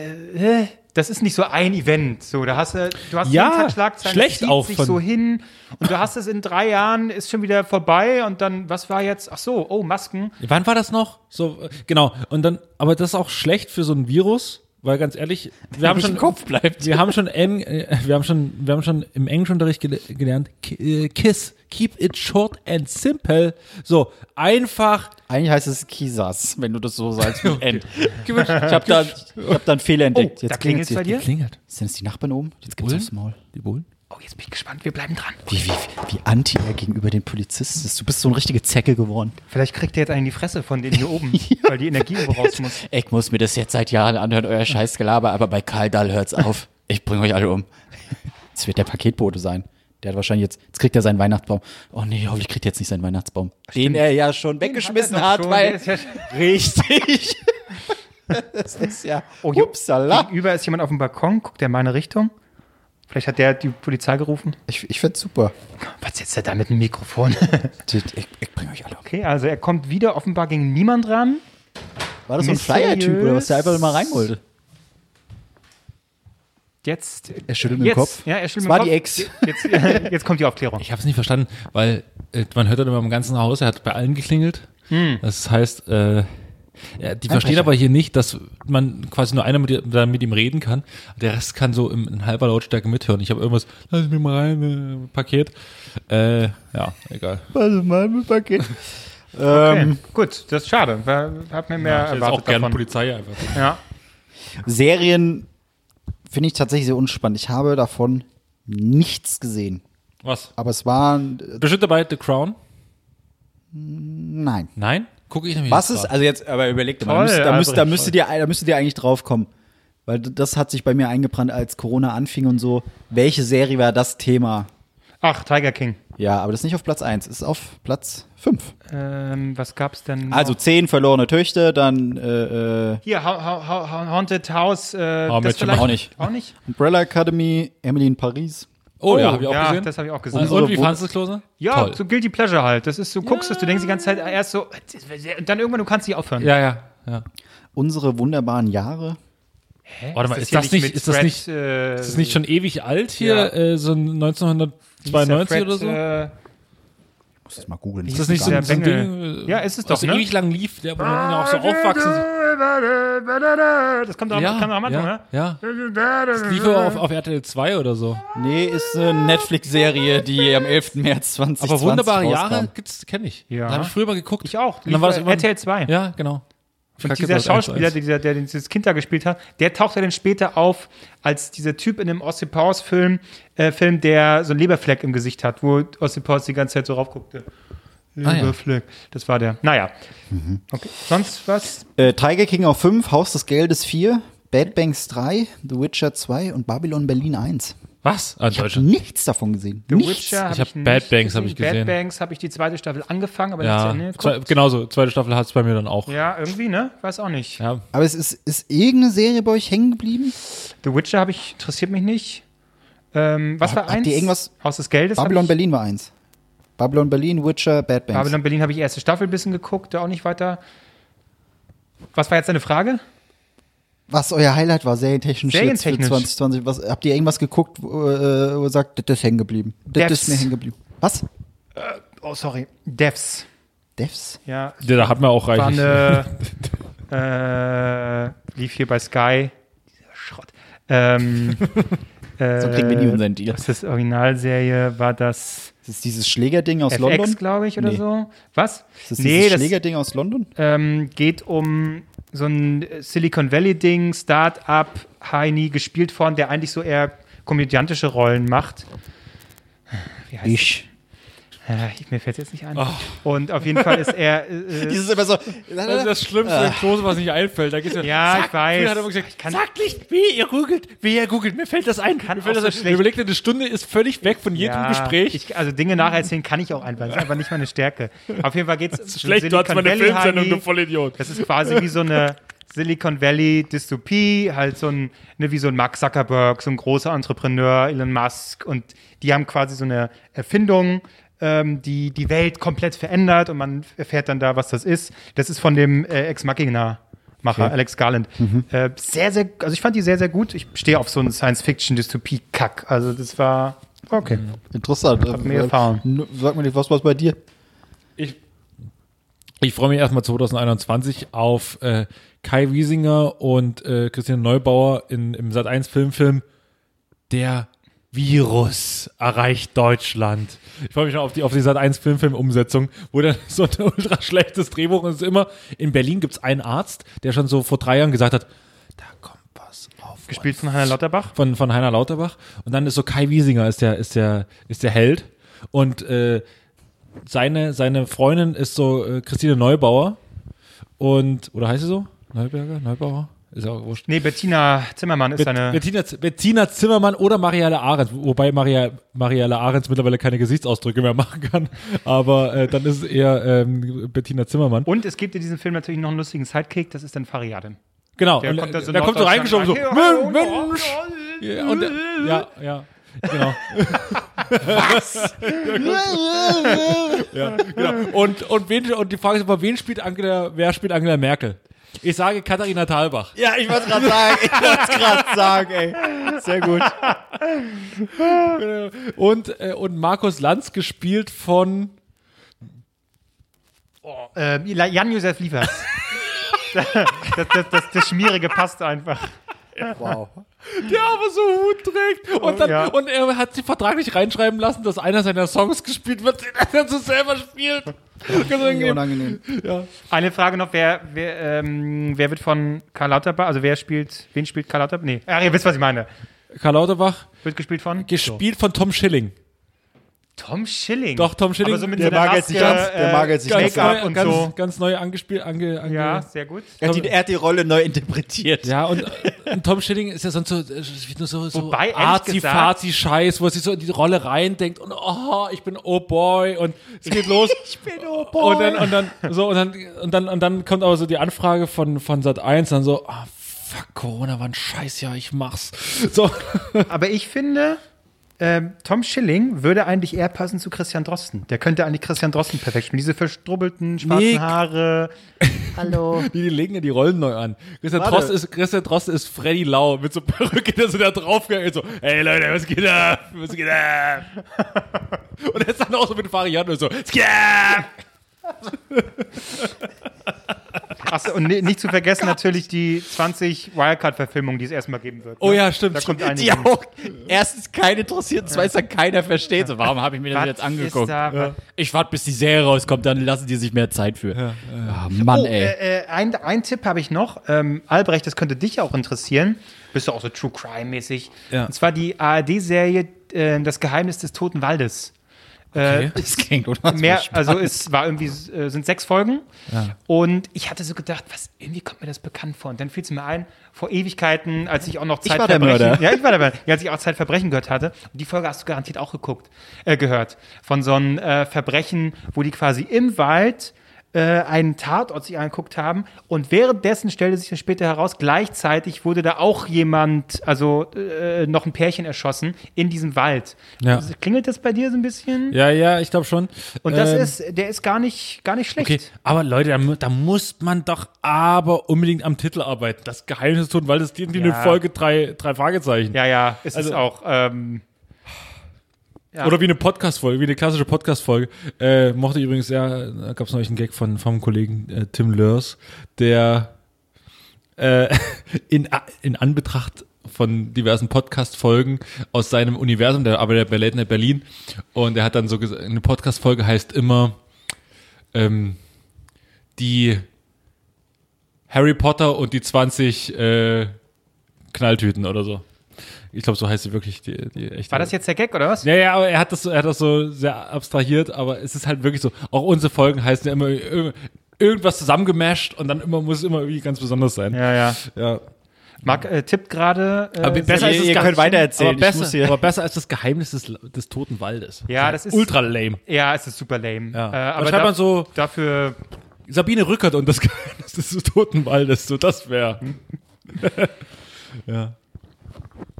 Speaker 1: äh, das ist nicht so ein Event. So, da hast du, du hast
Speaker 4: Ja,
Speaker 1: jeden Tag Schlagzeilen,
Speaker 4: schlecht
Speaker 1: das zieht
Speaker 4: auch
Speaker 1: sich
Speaker 4: von-
Speaker 1: so hin und du hast es in drei Jahren, ist schon wieder vorbei und dann, was war jetzt? Ach so, oh, Masken.
Speaker 4: Wann war das noch? So, äh, genau. Und dann, aber das ist auch schlecht für so ein Virus, weil ganz ehrlich, wir haben
Speaker 3: nicht
Speaker 4: schon
Speaker 3: im Kopf bleibt.
Speaker 4: Wir haben schon, eng, äh, wir haben schon, wir haben schon im Englischunterricht gele- gelernt, ki- äh, Kiss, keep it short and simple. So, einfach.
Speaker 3: Eigentlich heißt es Kisas, wenn du das so sagst. mit End. Ich habe da, ich hab da einen Fehler entdeckt.
Speaker 4: Oh,
Speaker 1: da klingelt's
Speaker 3: hier.
Speaker 1: bei dir?
Speaker 4: Klingert.
Speaker 3: Sind es die Nachbarn oben? Jetzt gibt's
Speaker 4: Bullen?
Speaker 3: aufs Maul.
Speaker 4: Die Bullen?
Speaker 1: Oh, jetzt bin ich gespannt, wir bleiben dran.
Speaker 3: Wie, wie, wie anti er gegenüber den Polizisten ist. Du bist so eine richtige Zecke geworden.
Speaker 1: Vielleicht kriegt er jetzt einen in die Fresse von denen hier oben, weil die Energie irgendwo raus muss.
Speaker 3: Ich muss mir das jetzt seit Jahren anhören, euer scheiß Gelaber, aber bei Karl Dahl hört's auf. Ich bringe euch alle um. Es wird der Paketbote sein. Der hat wahrscheinlich jetzt, jetzt kriegt er seinen Weihnachtsbaum. Oh nee, hoffentlich kriegt er jetzt nicht seinen Weihnachtsbaum. Den er ja schon weggeschmissen
Speaker 1: hat er noch
Speaker 3: hat,
Speaker 1: schon, der
Speaker 3: weil.
Speaker 1: ist ja-
Speaker 3: richtig. das ist ja.
Speaker 1: Oh, hier
Speaker 3: Upsala.
Speaker 1: gegenüber ist jemand auf dem Balkon, guckt er in meine Richtung. Vielleicht hat der die Polizei gerufen.
Speaker 3: Ich, ich find's super.
Speaker 1: Was sitzt er da mit dem Mikrofon?
Speaker 3: Ich, ich bringe euch alle um.
Speaker 1: okay, also er kommt wieder, offenbar ging niemand ran.
Speaker 3: War das so ein
Speaker 1: Mysteriös.
Speaker 3: Flyer-Typ oder was der einfach mal rein wollte?
Speaker 1: Jetzt.
Speaker 3: Er schüttelt mit
Speaker 1: Jetzt,
Speaker 3: dem Kopf.
Speaker 1: Ja, er schüttelt
Speaker 3: Das
Speaker 1: mit dem
Speaker 3: war die
Speaker 1: Kopf.
Speaker 3: Ex.
Speaker 1: Jetzt, jetzt kommt die Aufklärung.
Speaker 4: Ich habe es nicht verstanden, weil äh, man hört dann immer im ganzen Haus, er hat bei allen geklingelt. Das heißt, äh, ja, die verstehen aber hier nicht, dass man quasi nur einer mit, ihr- dann mit ihm reden kann. Der Rest kann so im, in halber Lautstärke mithören. Ich habe irgendwas, lass mich mal rein, äh, Paket. Äh, ja, egal.
Speaker 3: Also mein Paket.
Speaker 1: Okay,
Speaker 3: ähm,
Speaker 1: gut, das ist schade. War- Hab mir mehr
Speaker 4: Ich hätte
Speaker 1: erwartet
Speaker 4: auch gerne
Speaker 1: davon.
Speaker 4: Polizei einfach.
Speaker 1: Ja.
Speaker 3: Serien finde ich tatsächlich sehr unspannend. Ich habe davon nichts gesehen.
Speaker 4: Was?
Speaker 3: Aber es waren. Äh,
Speaker 4: Bestimmt dabei The Crown?
Speaker 3: nein.
Speaker 4: Nein? Gucke ich nämlich
Speaker 3: Was
Speaker 4: jetzt
Speaker 3: ist,
Speaker 4: gerade.
Speaker 3: also jetzt, aber überleg dir mal,
Speaker 1: Toll,
Speaker 3: da müsst- da, müsst, da,
Speaker 1: Albrecht,
Speaker 3: müsstet ihr, da müsstet ihr eigentlich drauf kommen. Weil d- das hat sich bei mir eingebrannt, als Corona anfing und so. Welche Serie war das Thema?
Speaker 1: Ach, Tiger King.
Speaker 3: Ja, aber das ist nicht auf Platz 1, ist auf Platz 5.
Speaker 1: Ähm, was gab's denn? noch?
Speaker 3: Also 10 verlorene Töchter, dann äh, äh,
Speaker 1: hier Hau- Hau- Hau- Hau- Haunted House. Äh,
Speaker 4: How I
Speaker 1: vielleicht-
Speaker 4: Met Your Mother.
Speaker 3: Auch nicht.
Speaker 1: Auch nicht.
Speaker 3: Umbrella Academy, Emily in Paris.
Speaker 4: Oh, ja, habe ich auch
Speaker 1: ja,
Speaker 4: gesehen. Um
Speaker 1: das habe ich auch gesehen.
Speaker 4: und, und wie fandest du es, Klose?
Speaker 1: ja,
Speaker 4: Toll.
Speaker 1: so guilty pleasure halt. Das ist, du guckst es, du denkst die ganze Zeit erst so, und dann irgendwann du kannst nicht aufhören.
Speaker 4: ja, ja, ja.
Speaker 3: Unsere wunderbaren Jahre.
Speaker 4: Warte mal, ist das nicht, ist das nicht,
Speaker 1: das
Speaker 4: Ist das nicht schon ewig alt hier,
Speaker 1: Ja. äh,
Speaker 4: äh, so ein 1992 oder so?
Speaker 3: Ich muss das mal googeln.
Speaker 4: ist das nicht so,
Speaker 1: dieser
Speaker 4: ein- so ein
Speaker 1: Bengel.
Speaker 4: Ding? äh,
Speaker 1: Ja, ist es doch,
Speaker 4: was
Speaker 1: ne?
Speaker 4: ewig lang lief, der, wo man dann auch so aufwachsen. so-
Speaker 1: Das kommt auch,
Speaker 4: Ja,
Speaker 1: kann auch am Anfang,
Speaker 4: ja,
Speaker 1: ne?
Speaker 4: ja. Das lief aber auf, auf RTL 2 oder so.
Speaker 3: Nee, ist eine Netflix-Serie, die am 11. März 2020
Speaker 4: Aber wunderbare
Speaker 3: rauskam.
Speaker 4: Jahre gibt's, kenne ich.
Speaker 1: Ja.
Speaker 4: Da habe ich früher mal geguckt.
Speaker 1: Ich auch.
Speaker 4: Und dann war das
Speaker 1: Lief
Speaker 4: immer,
Speaker 1: bei RTL 2.
Speaker 4: Ja, genau.
Speaker 1: Und dieser Schauspieler, dieser, der dieses Kind da gespielt hat, der taucht ja dann später auf als dieser Typ in dem Austin Powers Film, äh, Film, der so einen Leberfleck im Gesicht hat, wo Austin Powers die ganze Zeit so raufguckte.
Speaker 4: Ah, ja. Mhm.
Speaker 1: Leberfleck. Das war der. Naja. Okay. Sonst was?
Speaker 3: Äh, Tiger King auf 5, Haus des Geldes 4, Bad Banks 3, The Witcher 2 und Babylon Berlin 1.
Speaker 4: Was? Ah,
Speaker 3: Ich
Speaker 4: Deutsche.
Speaker 3: habe nichts davon gesehen.
Speaker 1: The
Speaker 3: nichts.
Speaker 1: Witcher hab
Speaker 4: Ich hab
Speaker 1: nicht
Speaker 4: Bad Banks hab ich
Speaker 1: Bad
Speaker 4: gesehen.
Speaker 1: Bangs habe ich die zweite Staffel angefangen, aber nicht zu
Speaker 4: Ja,
Speaker 1: Ende
Speaker 4: zwei,
Speaker 1: geguckt.
Speaker 4: genauso. Zweite Staffel hat's bei mir dann auch.
Speaker 1: Ja, irgendwie, ne? Weiß auch nicht.
Speaker 4: Ja.
Speaker 3: Aber es ist, ist irgendeine Serie bei euch hängen geblieben?
Speaker 1: The Witcher habe ich, interessiert mich nicht. Ähm, was war
Speaker 3: habt
Speaker 1: eins?
Speaker 3: ihr irgendwas-
Speaker 1: Haus des Geldes? hab
Speaker 3: Babylon
Speaker 1: ich,
Speaker 3: Berlin war 1. Babylon Berlin, Witcher, Bad Banks.
Speaker 1: Babylon Berlin habe ich erste Staffel ein bisschen geguckt, da auch nicht weiter. Was war jetzt deine Frage?
Speaker 3: Was euer Highlight war, serientechnisch, jetzt für
Speaker 1: Serientechnisch.
Speaker 3: 2020? Was, habt ihr irgendwas geguckt, wo, äh, wo ihr sagt, das ist hängen geblieben? Das
Speaker 1: Devs.
Speaker 3: ist mir hängen geblieben. Was?
Speaker 1: Oh, sorry. Devs.
Speaker 3: Devs?
Speaker 1: Ja,
Speaker 4: ja, da hat man auch
Speaker 1: war
Speaker 4: reichlich.
Speaker 1: eine. äh, lief hier bei Sky. Dieser Schrott. Ähm, äh,
Speaker 3: So kriegen wir nie unseren Deal.
Speaker 1: Was ist das Originalserie? War das
Speaker 3: Das ist dieses Schlägerding aus
Speaker 1: FX,
Speaker 3: London?
Speaker 1: glaube ich, oder
Speaker 3: Nee.
Speaker 1: so? Was?
Speaker 3: Ist das
Speaker 1: nee,
Speaker 3: dieses
Speaker 1: das
Speaker 3: Schlägerding aus London?
Speaker 1: ähm, geht um so ein Silicon Valley-Ding, Start-up, Heini, gespielt von, der eigentlich so eher komödiantische Rollen macht. Wie heißt
Speaker 3: Ich.
Speaker 1: Äh, mir fällt jetzt nicht ein.
Speaker 4: Oh.
Speaker 1: Und auf jeden Fall ist er.
Speaker 4: um
Speaker 1: Äh, äh,
Speaker 3: Dieses immer so.
Speaker 4: Das ist das Schlimmste, wenn Klose was nicht einfällt. Da geht's
Speaker 1: Ja, ich weiß.
Speaker 4: Früher hat er immer gesagt,
Speaker 1: Ich kann-
Speaker 4: sagt nicht, wie ihr googelt, wie ihr googelt. Mir fällt das ein. Mir fällt
Speaker 1: auch
Speaker 4: das
Speaker 1: so
Speaker 4: ein.
Speaker 1: schlecht.
Speaker 4: Überlegt, eine Stunde ist völlig weg von jedem
Speaker 1: ja,
Speaker 4: Gespräch.
Speaker 1: Ich, also Dinge nacherzählen kann ich auch einfach. Das ist einfach nicht meine Stärke. Auf jeden Fall geht es
Speaker 4: Schlecht, du hast meine Filmsendung, du Vollidiot.
Speaker 1: Das ist quasi wie so eine Silicon Valley Dystopie, halt so ein, ne, wie so ein Mark Zuckerberg, so ein großer Entrepreneur, Elon Musk. Und die haben quasi so eine Erfindung, ähm, die die Welt komplett verändert und man erfährt dann da, was das ist. Das ist von dem äh, Ex Machina Macher, Alex Garland.
Speaker 4: Mhm.
Speaker 1: Äh, sehr, sehr, also ich fand die sehr, sehr gut. Ich stehe auf so einen Science-Fiction-Dystopie-Kack. Also das war okay.
Speaker 3: Interessant. Äh,
Speaker 1: Hat mir gefallen.
Speaker 3: N- Sag mir nicht, was war es bei dir?
Speaker 4: Ich freue mich erstmal 2021 auf äh, Kai Wiesinger und äh, Christian Neubauer in, im Sat 1 Filmfilm Der Virus erreicht Deutschland. Ich freue mich schon auf die, auf die Sat 1 Filmfilm Umsetzung, wo dann so ein ultra schlechtes Drehbuch ist immer. In Berlin gibt es einen Arzt, der schon so vor drei Jahren gesagt hat, da kommt was auf.
Speaker 1: Gespielt von Hannah Lauterbach.
Speaker 4: von, von Heiner Lauterbach. Und dann ist so Kai Wiesinger ist der, ist der, ist der Held. Und äh, seine, seine Freundin ist so äh, Christine Neubauer. Und, oder heißt sie so? Neuberger? Neubauer? Ist ja auch wurscht.
Speaker 1: Nee, Bettina Zimmermann ist
Speaker 4: Bet-
Speaker 1: eine.
Speaker 4: Bettina, Z- Bettina Zimmermann oder Marielle Ahrens, wobei Maria, Marielle Ahrens mittlerweile keine Gesichtsausdrücke mehr machen kann. Aber äh, dann ist es eher ähm, Bettina Zimmermann.
Speaker 1: Und es gibt in diesem Film natürlich noch einen lustigen Sidekick, das ist dann Fariadim.
Speaker 4: Genau.
Speaker 1: äh, Der
Speaker 4: und,
Speaker 1: kommt
Speaker 4: kommt
Speaker 1: da so
Speaker 4: da kommt so reingeschoben so,
Speaker 1: Norddeutschland rein.
Speaker 4: Mensch! Ja, und, äh, ja, ja, genau. Was? ja, genau. Und, und, wen, und die Frage ist aber, wen spielt Angela, wer spielt Angela Merkel? Ich sage Katharina Thalbach.
Speaker 3: Ja, ich wollte gerade sagen, ich wollte gerade sagen, ey. Sehr gut.
Speaker 4: Und, äh, und Markus Lanz gespielt von
Speaker 1: Äh, Jan-Josef Liefers. das, das, das, das Schmierige passt einfach.
Speaker 3: Wow.
Speaker 4: der aber so Hut trägt. Und, dann,
Speaker 1: Ja.
Speaker 4: und er hat sich vertraglich reinschreiben lassen, dass einer seiner Songs gespielt wird, den er dann so selber spielt. Ganz
Speaker 3: Irgendwie
Speaker 4: unangenehm.
Speaker 3: unangenehm.
Speaker 1: Eine Frage noch, wer, wer, ähm, wer wird von Karl Lauterbach, also wer spielt, wen spielt Karl Lauterbach? Nee, ach, ihr wisst, was ich meine.
Speaker 4: Karl Lauterbach,
Speaker 1: Wird gespielt von?
Speaker 4: gespielt von Tom Schilling.
Speaker 1: Tom Schilling.
Speaker 4: Doch, Tom Schilling,
Speaker 1: Aber so mit
Speaker 4: der
Speaker 1: so einer
Speaker 3: mag jetzt nicht
Speaker 1: Maske,
Speaker 3: ganz- der
Speaker 1: äh,
Speaker 3: mag jetzt nicht
Speaker 1: Make-up
Speaker 4: neu,
Speaker 1: und
Speaker 4: ganz,
Speaker 1: so.
Speaker 4: ganz neu angespielt, ange, ange
Speaker 1: Ja, sehr gut.
Speaker 3: Er hat, die, er hat die Rolle neu interpretiert.
Speaker 4: Ja, und, äh, und Tom Schilling ist ja sonst so, äh, nur so, so
Speaker 1: Wobei, ehrlich
Speaker 4: Arzi-Fazi-Scheiß, wo er sich so in die Rolle reindenkt und oh, ich bin oh boy und es geht los. ich bin oh boy. Und dann, und dann, so, und dann, und dann, und dann kommt aber so die Anfrage von, von Sat 1 dann so, ah, fuck, Corona war ein Scheißjahr, ich mach's. So.
Speaker 1: Aber ich finde, ähm, Tom Schilling würde eigentlich eher passen zu Christian Drosten. Der könnte eigentlich Christian Drosten perfekt spielen. Diese verstrubbelten, schwarzen
Speaker 4: Nee.
Speaker 1: Haare. Hallo.
Speaker 4: Die, die legen ja die Rollen neu an. Christian
Speaker 3: Warte.
Speaker 4: Drost ist, Christian Drost ist Freddy Lau mit so Perücke, der so da draufgegangen ist, so, hey Leute, was geht ab? Was geht ab? Und er ist dann auch so mit Varianten und so, es geht ab!
Speaker 1: Achso, und ni- nicht zu vergessen natürlich die 20 Wildcard-Verfilmungen, die es erstmal geben wird.
Speaker 4: Oh
Speaker 1: ne?
Speaker 4: ja, stimmt.
Speaker 1: Da kommt einiges.
Speaker 3: Die auch erstens keinen interessiert, zweitens dann keiner versteht. So, warum habe ich mir das
Speaker 1: Was
Speaker 3: jetzt
Speaker 1: ist
Speaker 3: angeguckt?
Speaker 1: da- was-
Speaker 3: Ich warte, bis die Serie rauskommt, dann lassen die sich mehr Zeit für. Ah, Mann,
Speaker 1: Oh,
Speaker 3: ey.
Speaker 1: äh, äh, ein, ein Tipp habe ich noch. Ähm, Albrecht, das könnte dich auch interessieren. Bist du auch so True Crime-mäßig?
Speaker 4: Ja.
Speaker 1: Und zwar die ARD-Serie äh, Das Geheimnis des Toten Waldes. Okay. Äh,
Speaker 3: Das klingt unfassbar
Speaker 1: mehr,
Speaker 3: spannend.
Speaker 1: also es war irgendwie, äh, sind sechs Folgen. Und ich hatte so gedacht, was, irgendwie kommt mir das bekannt vor. Und dann fiel es mir ein, vor Ewigkeiten, als ich auch noch
Speaker 3: war der
Speaker 1: Zeitverbrechen.
Speaker 3: Mörder.
Speaker 1: Ja, ich war dabei. Ja, als ich auch Zeitverbrechen gehört hatte. Und die Folge hast du garantiert auch geguckt, äh, gehört. Von so einem äh, Verbrechen, wo die quasi im Wald äh, einen Tatort sich angeguckt haben und währenddessen stellte sich dann später heraus, gleichzeitig wurde da auch jemand, also äh, noch ein Pärchen erschossen in diesem Wald.
Speaker 4: Ja.
Speaker 1: Also, Klingelt das bei dir so ein bisschen?
Speaker 4: Ja, ja, ich glaube schon.
Speaker 1: Und das
Speaker 4: Ähm,
Speaker 1: ist, der ist gar nicht, gar nicht schlecht.
Speaker 4: Okay, aber Leute, da, mu- da muss man doch aber unbedingt am Titel arbeiten. Das Geheimnis tun, weil das irgendwie eine
Speaker 1: Ja.
Speaker 4: Folge drei, drei Fragezeichen.
Speaker 1: Ja, ja, es ist
Speaker 4: Also-
Speaker 1: auch. Ähm, ja.
Speaker 4: Oder wie eine Podcast-Folge, wie eine klassische Podcast-Folge. Äh, mochte ich übrigens sehr, da gab es neulich einen Gag von, vom Kollegen äh, Tim Lörs, der äh, in, A- in Anbetracht von diversen Podcast-Folgen aus seinem Universum, der arbeitet bei Late Night Berlin, und er hat dann so gesagt, eine Podcast-Folge heißt immer ähm, die Harry Potter und die 20 äh, Knalltüten oder so. Ich glaube, so heißt sie wirklich die, die echte.
Speaker 1: war das jetzt der Gag oder was?
Speaker 4: Ja, ja, aber er hat das, so- er hat das so sehr abstrahiert, aber es ist halt wirklich so, auch unsere Folgen heißen ja immer ir- irgendwas zusammengemasht und dann immer muss es immer irgendwie ganz besonders sein.
Speaker 1: Ja, ja.
Speaker 4: ja.
Speaker 1: Marc äh, tippt gerade. Äh,
Speaker 4: Aber besser
Speaker 3: ihr-
Speaker 4: als das
Speaker 3: ihr
Speaker 4: Geheim-
Speaker 3: könnt weitererzählen,
Speaker 4: Aber
Speaker 3: ich muss
Speaker 4: besser,
Speaker 3: hier-
Speaker 4: aber besser als das Geheimnis des, des Toten Waldes.
Speaker 1: Ja, das ist-
Speaker 4: ultra lame.
Speaker 1: ja, es ist super lame.
Speaker 4: Ja.
Speaker 1: Äh,
Speaker 4: Aber
Speaker 1: aber
Speaker 4: schreibt
Speaker 1: da,
Speaker 4: man so-
Speaker 1: Dafür.
Speaker 4: Sabine Rückert und das Geheimnis des Toten Waldes, so das wäre. ja.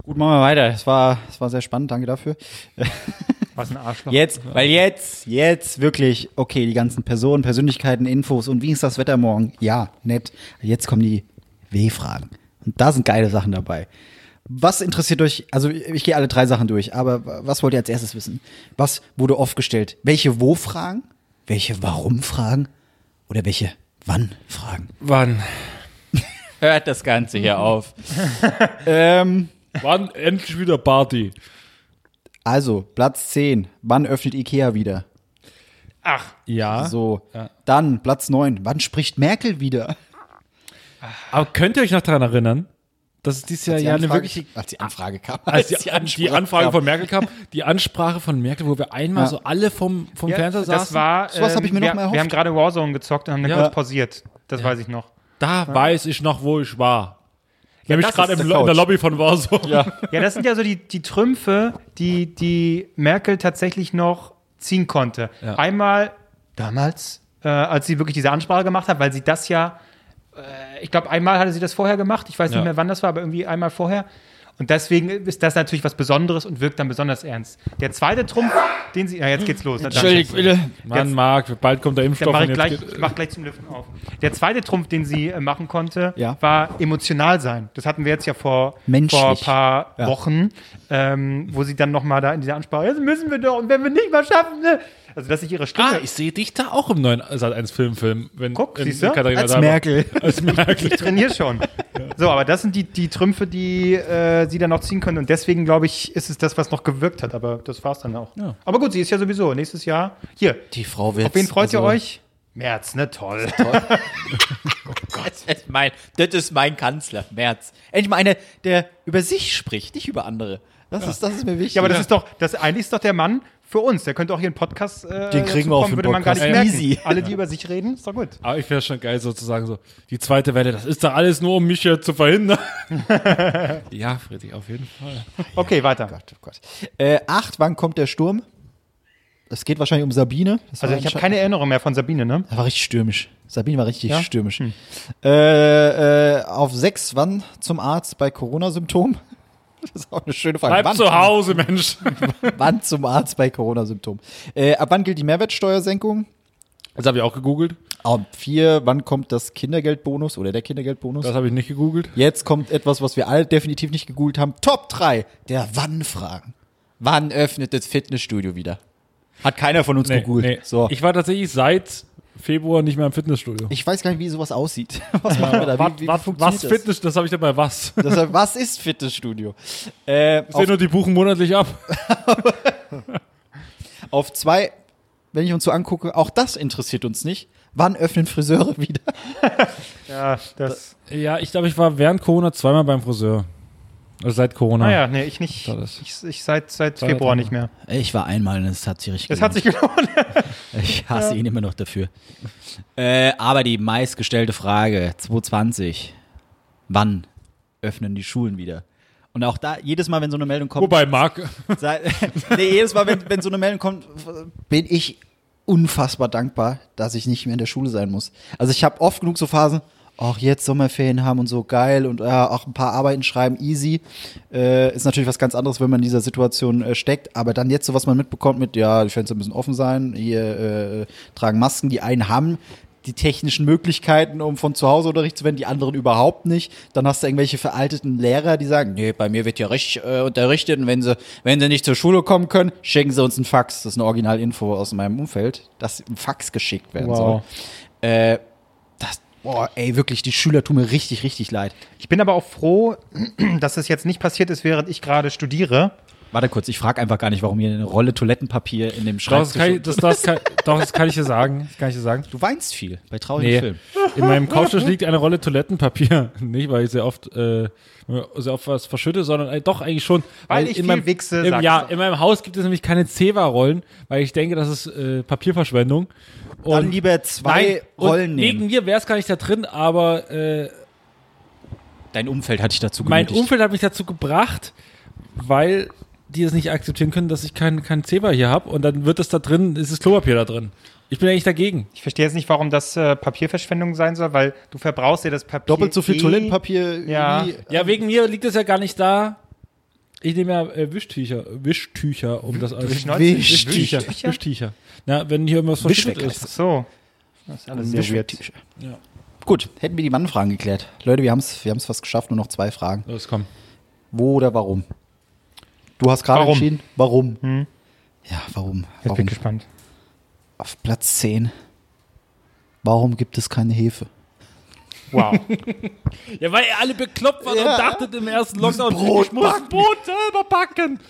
Speaker 3: Gut, machen wir weiter. Es war, es war sehr spannend, danke dafür.
Speaker 1: Was ein Arschloch.
Speaker 3: Jetzt, weil jetzt, jetzt wirklich, okay, die ganzen Personen, Persönlichkeiten, Infos und wie ist das Wetter morgen? Ja, nett. Jetzt kommen die W-Fragen. Und da sind geile Sachen dabei. Was interessiert euch, also ich gehe alle drei Sachen durch, aber was wollt ihr als erstes wissen? Was wurde oft gestellt? Welche Wo-Fragen? Welche Warum-Fragen? Oder welche Wann-Fragen?
Speaker 4: Wann?
Speaker 3: Hört das Ganze hier auf. ähm,
Speaker 4: Wann endlich wieder Party?
Speaker 3: also, Platz 10. Wann öffnet Ikea wieder?
Speaker 1: Ach,
Speaker 4: Ah? Ja.
Speaker 3: So. Dann Platz 9. Wann spricht Merkel wieder?
Speaker 4: Aber könnt ihr euch noch daran erinnern, dass es dieses Jahr ja eine wirklich
Speaker 3: als die Anfrage kam.
Speaker 4: als die, die, Anfrage von Merkel kam, die Ansprache von Merkel, wo wir einmal
Speaker 3: Ja.
Speaker 4: so alle vom, vom Fernseher saßen,
Speaker 1: das war. ähm,
Speaker 3: Sowas hab ich mir noch
Speaker 1: wir,
Speaker 3: mal erhofft.
Speaker 1: Wir haben gerade Warzone gezockt und haben dann
Speaker 4: Ja.
Speaker 1: kurz pausiert. Das weiß ich noch.
Speaker 4: da weiß ich noch, wo ich war. Nämlich
Speaker 1: das
Speaker 4: gerade
Speaker 1: ist
Speaker 4: im
Speaker 1: der
Speaker 4: Lo- in der
Speaker 1: Couch.
Speaker 4: Lobby von Warsaw.
Speaker 1: Ja, das sind ja so die, die Trümpfe, die, die Merkel tatsächlich noch ziehen konnte.
Speaker 4: Ja.
Speaker 1: Einmal damals, äh, als sie wirklich diese Ansprache gemacht hat, weil sie das ja, äh, ich glaube, einmal hatte sie das vorher gemacht, ich weiß
Speaker 4: Ja.
Speaker 1: nicht mehr, wann das war, aber irgendwie einmal vorher. Und deswegen ist das natürlich was Besonderes und wirkt dann besonders ernst. Der zweite Trumpf, den sie. Ja, jetzt geht's los. Na, danke.
Speaker 4: bitte. Mann,
Speaker 1: Jetzt-
Speaker 4: Marc, bald kommt der
Speaker 1: Dann
Speaker 4: Impfstoff.
Speaker 1: mache
Speaker 4: und
Speaker 1: ich,
Speaker 4: jetzt
Speaker 1: gleich,
Speaker 4: geht-
Speaker 1: ich mach gleich zum Lüften auf. Der zweite Trumpf, den sie äh, machen konnte,
Speaker 3: Ja.
Speaker 1: war emotional sein. Das hatten wir jetzt ja vor,
Speaker 3: Menschlich.
Speaker 1: vor ein paar
Speaker 3: Ja.
Speaker 1: Wochen, ähm, wo sie dann nochmal da in dieser Ansprache, jetzt müssen wir doch, und wenn wir nicht mal schaffen, ne? Also, dass sich ihre
Speaker 4: Ah,
Speaker 1: Stimme.
Speaker 4: ich sehe dich da auch im neuen Sat 1 Filmfilm. Wenn,
Speaker 1: Guck,
Speaker 4: wenn
Speaker 1: siehst du?
Speaker 4: Katharina
Speaker 3: Als
Speaker 4: da war.
Speaker 3: Merkel.
Speaker 4: Als Merkel.
Speaker 1: ich trainiere schon. So, aber das sind die, die Trümpfe, die äh, sie dann noch ziehen können. Und deswegen, glaube ich, ist es das, was noch gewirkt hat. Aber das war's dann auch.
Speaker 4: Ja.
Speaker 1: Aber gut, sie ist ja sowieso nächstes Jahr hier.
Speaker 3: Die Frau also wird.
Speaker 1: Auf wen freut ihr euch? März, ne? Toll.
Speaker 3: Das ist mein, das ist mein Kanzler, Merz. Endlich mal einer, der über sich spricht, nicht über andere. Das, ist, das ist mir wichtig.
Speaker 1: Ja, aber das ist doch, das eigentlich ist doch der Mann für uns. Der könnte auch hier einen Podcast. Äh,
Speaker 3: Den kriegen wir auf
Speaker 1: dazu kommen,
Speaker 3: den
Speaker 1: würde man gar nicht
Speaker 3: Podcast.
Speaker 1: merken.
Speaker 3: Easy.
Speaker 1: Alle, die über sich reden, ist doch gut.
Speaker 4: Aber Ah, ich wäre schon geil, sozusagen so. Die zweite Welle, das ist doch alles nur, um mich hier zu verhindern. ja, Friedrich, auf jeden Fall.
Speaker 1: Okay, weiter.
Speaker 3: Gott, oh Gott. Äh, acht, wann kommt der Sturm? Es geht wahrscheinlich um Sabine. Das
Speaker 1: Also
Speaker 3: war
Speaker 1: ich habe
Speaker 3: anscheinend-
Speaker 1: keine Erinnerung mehr von Sabine, ne?
Speaker 3: Das war richtig stürmisch. Sabine war richtig
Speaker 1: Ja?
Speaker 3: stürmisch.
Speaker 4: Hm.
Speaker 3: Äh, äh, auf sechs, wann zum Arzt bei Corona-Symptom? Das ist auch eine schöne Frage.
Speaker 4: Bleib
Speaker 3: wann,
Speaker 4: zu Hause, Mensch.
Speaker 3: Wann zum Arzt bei Corona-Symptom? Äh, ab wann gilt die Mehrwertsteuersenkung?
Speaker 4: Das habe ich auch gegoogelt.
Speaker 3: Ab vier, wann kommt das Kindergeldbonus oder der Kindergeldbonus?
Speaker 4: Das habe ich nicht gegoogelt.
Speaker 3: Jetzt kommt etwas, was wir alle definitiv nicht gegoogelt haben. Top 3 der Wann-Fragen. Wann öffnet das Fitnessstudio wieder? Hat keiner von uns gegoogelt. So. Ich,
Speaker 4: Ich war tatsächlich seit Februar nicht mehr im Fitnessstudio.
Speaker 3: weiß gar nicht, wie sowas aussieht. Was machen wir da?
Speaker 4: was,
Speaker 3: Wie, wie
Speaker 4: was, Äh, was
Speaker 3: funktioniert das?
Speaker 4: Fitness, das habe ich dabei, was? Ich
Speaker 3: Deshalb, was ist Fitnessstudio? Äh,
Speaker 4: sehe
Speaker 3: auf,
Speaker 4: nur, die buchen monatlich ab.
Speaker 3: auf zwei, wenn ich uns so angucke, auch das interessiert uns nicht. Wann öffnen Friseure wieder?
Speaker 1: Ja, das.
Speaker 4: Ja, ich glaube, ich war während Corona zweimal beim Friseur. Also seit Corona.
Speaker 3: Ah,
Speaker 1: Naja, nee, ich nicht.
Speaker 4: Tolles.
Speaker 1: Ich, ich seit, seit
Speaker 4: Seit-
Speaker 1: Februar nicht mehr.
Speaker 3: Ich war einmal und es hat sich richtig
Speaker 1: Das hat sich gelohnt.
Speaker 3: Ich hasse ihn immer noch dafür. Äh, aber die meistgestellte Frage 220. Wann öffnen die Schulen wieder? Und auch da, jedes Mal, wenn so eine Meldung kommt,
Speaker 4: Wobei, Marc,
Speaker 3: sei, nee, jedes Mal, wenn, wenn so eine Meldung kommt, bin ich unfassbar dankbar, dass ich nicht mehr in der Schule sein muss. Also ich habe oft genug so Phasen, ach, jetzt Sommerferien haben und so geil und äh, auch ein paar Arbeiten schreiben, easy. Äh, ist natürlich was ganz anderes, wenn man in dieser Situation äh, steckt. Aber dann jetzt so, was man mitbekommt mit, ja, die Fenster müssen offen sein, hier äh, tragen Masken, die einen haben die technischen Möglichkeiten, um von zu Hause Unterricht zu werden, die anderen überhaupt nicht. Dann hast du irgendwelche veralteten Lehrer, die sagen, nee, bei mir wird ja richtig äh, unterrichtet und wenn sie, wenn sie nicht zur Schule kommen können, schicken sie uns einen Fax. Das ist eine Originalinfo aus meinem Umfeld, dass ein Fax geschickt werden
Speaker 1: Wow.
Speaker 3: soll. Äh, das, boah, ey, wirklich, die Schüler tun mir richtig, richtig leid.
Speaker 1: Ich bin aber auch froh, dass das jetzt nicht passiert ist, während ich gerade studiere.
Speaker 3: Warte kurz, ich frage einfach gar nicht, warum hier eine Rolle Toilettenpapier in dem
Speaker 4: doch, das kann,
Speaker 3: Schreibtisch...
Speaker 4: ich, das, das, kann, doch, das kann ich dir sagen. Das kann ich dir sagen.
Speaker 3: Du weinst viel bei traurigen
Speaker 4: Nee,
Speaker 3: Filmen.
Speaker 4: in meinem Couchtisch liegt eine Rolle Toilettenpapier. Nicht, weil ich sehr oft, äh, sehr oft was verschütte, sondern äh, doch eigentlich schon.
Speaker 1: Weil ich viel
Speaker 4: in meinem,
Speaker 1: wichse,
Speaker 4: im,
Speaker 1: sagst
Speaker 4: Ja,
Speaker 1: du.
Speaker 4: in meinem Haus gibt es nämlich keine Zewa-Rollen, weil ich denke, das ist äh, Papierverschwendung. Und
Speaker 3: Dann lieber zwei
Speaker 4: und
Speaker 3: Rollen
Speaker 4: Wegen
Speaker 3: nehmen.
Speaker 4: mir wäre es gar nicht da drin, aber äh,
Speaker 3: Dein Umfeld hat dich dazu
Speaker 4: mein
Speaker 3: genötigt.
Speaker 4: Umfeld hat mich dazu gebracht, weil die es nicht akzeptieren können, dass ich keinen kein Zewa hier habe und dann wird es da drin, ist das Klopapier da drin. Ich bin eigentlich dagegen.
Speaker 1: Ich verstehe jetzt nicht, warum das äh, Papierverschwendung sein soll, weil du verbrauchst ja das Papier.
Speaker 3: Doppelt so viel
Speaker 1: eh.
Speaker 3: Toilettenpapier
Speaker 1: Ja.
Speaker 3: wie
Speaker 4: Ja, wegen mir liegt es ja gar nicht da. Ich nehme ja äh, Wischtücher, Wischtücher, um das alles.
Speaker 1: schnallst-
Speaker 4: Wischtücher,
Speaker 1: Wischtücher?
Speaker 4: Wischtücher. Na, wenn hier irgendwas verschüttet
Speaker 3: Wischwecker
Speaker 4: ist.
Speaker 1: Ach so. Das ist alles sehr weird.
Speaker 4: Ja.
Speaker 3: Gut, hätten wir die Mannfragen geklärt. Leute, wir haben es wir haben's fast geschafft, nur noch zwei Fragen.
Speaker 4: Los, komm.
Speaker 3: Wo oder warum? Du hast gerade
Speaker 1: Warum?
Speaker 3: entschieden, warum?
Speaker 4: Hm?
Speaker 3: Ja, warum?
Speaker 1: Jetzt bin
Speaker 3: warum?
Speaker 1: ich gespannt.
Speaker 3: Auf Platz 10. Warum gibt es keine Hefe?
Speaker 1: Wow.
Speaker 4: Ja, weil ihr alle bekloppt wart
Speaker 3: Ja.
Speaker 4: und dachtet im ersten Lockdown,
Speaker 3: Brot
Speaker 4: ich muss Brot selber backen.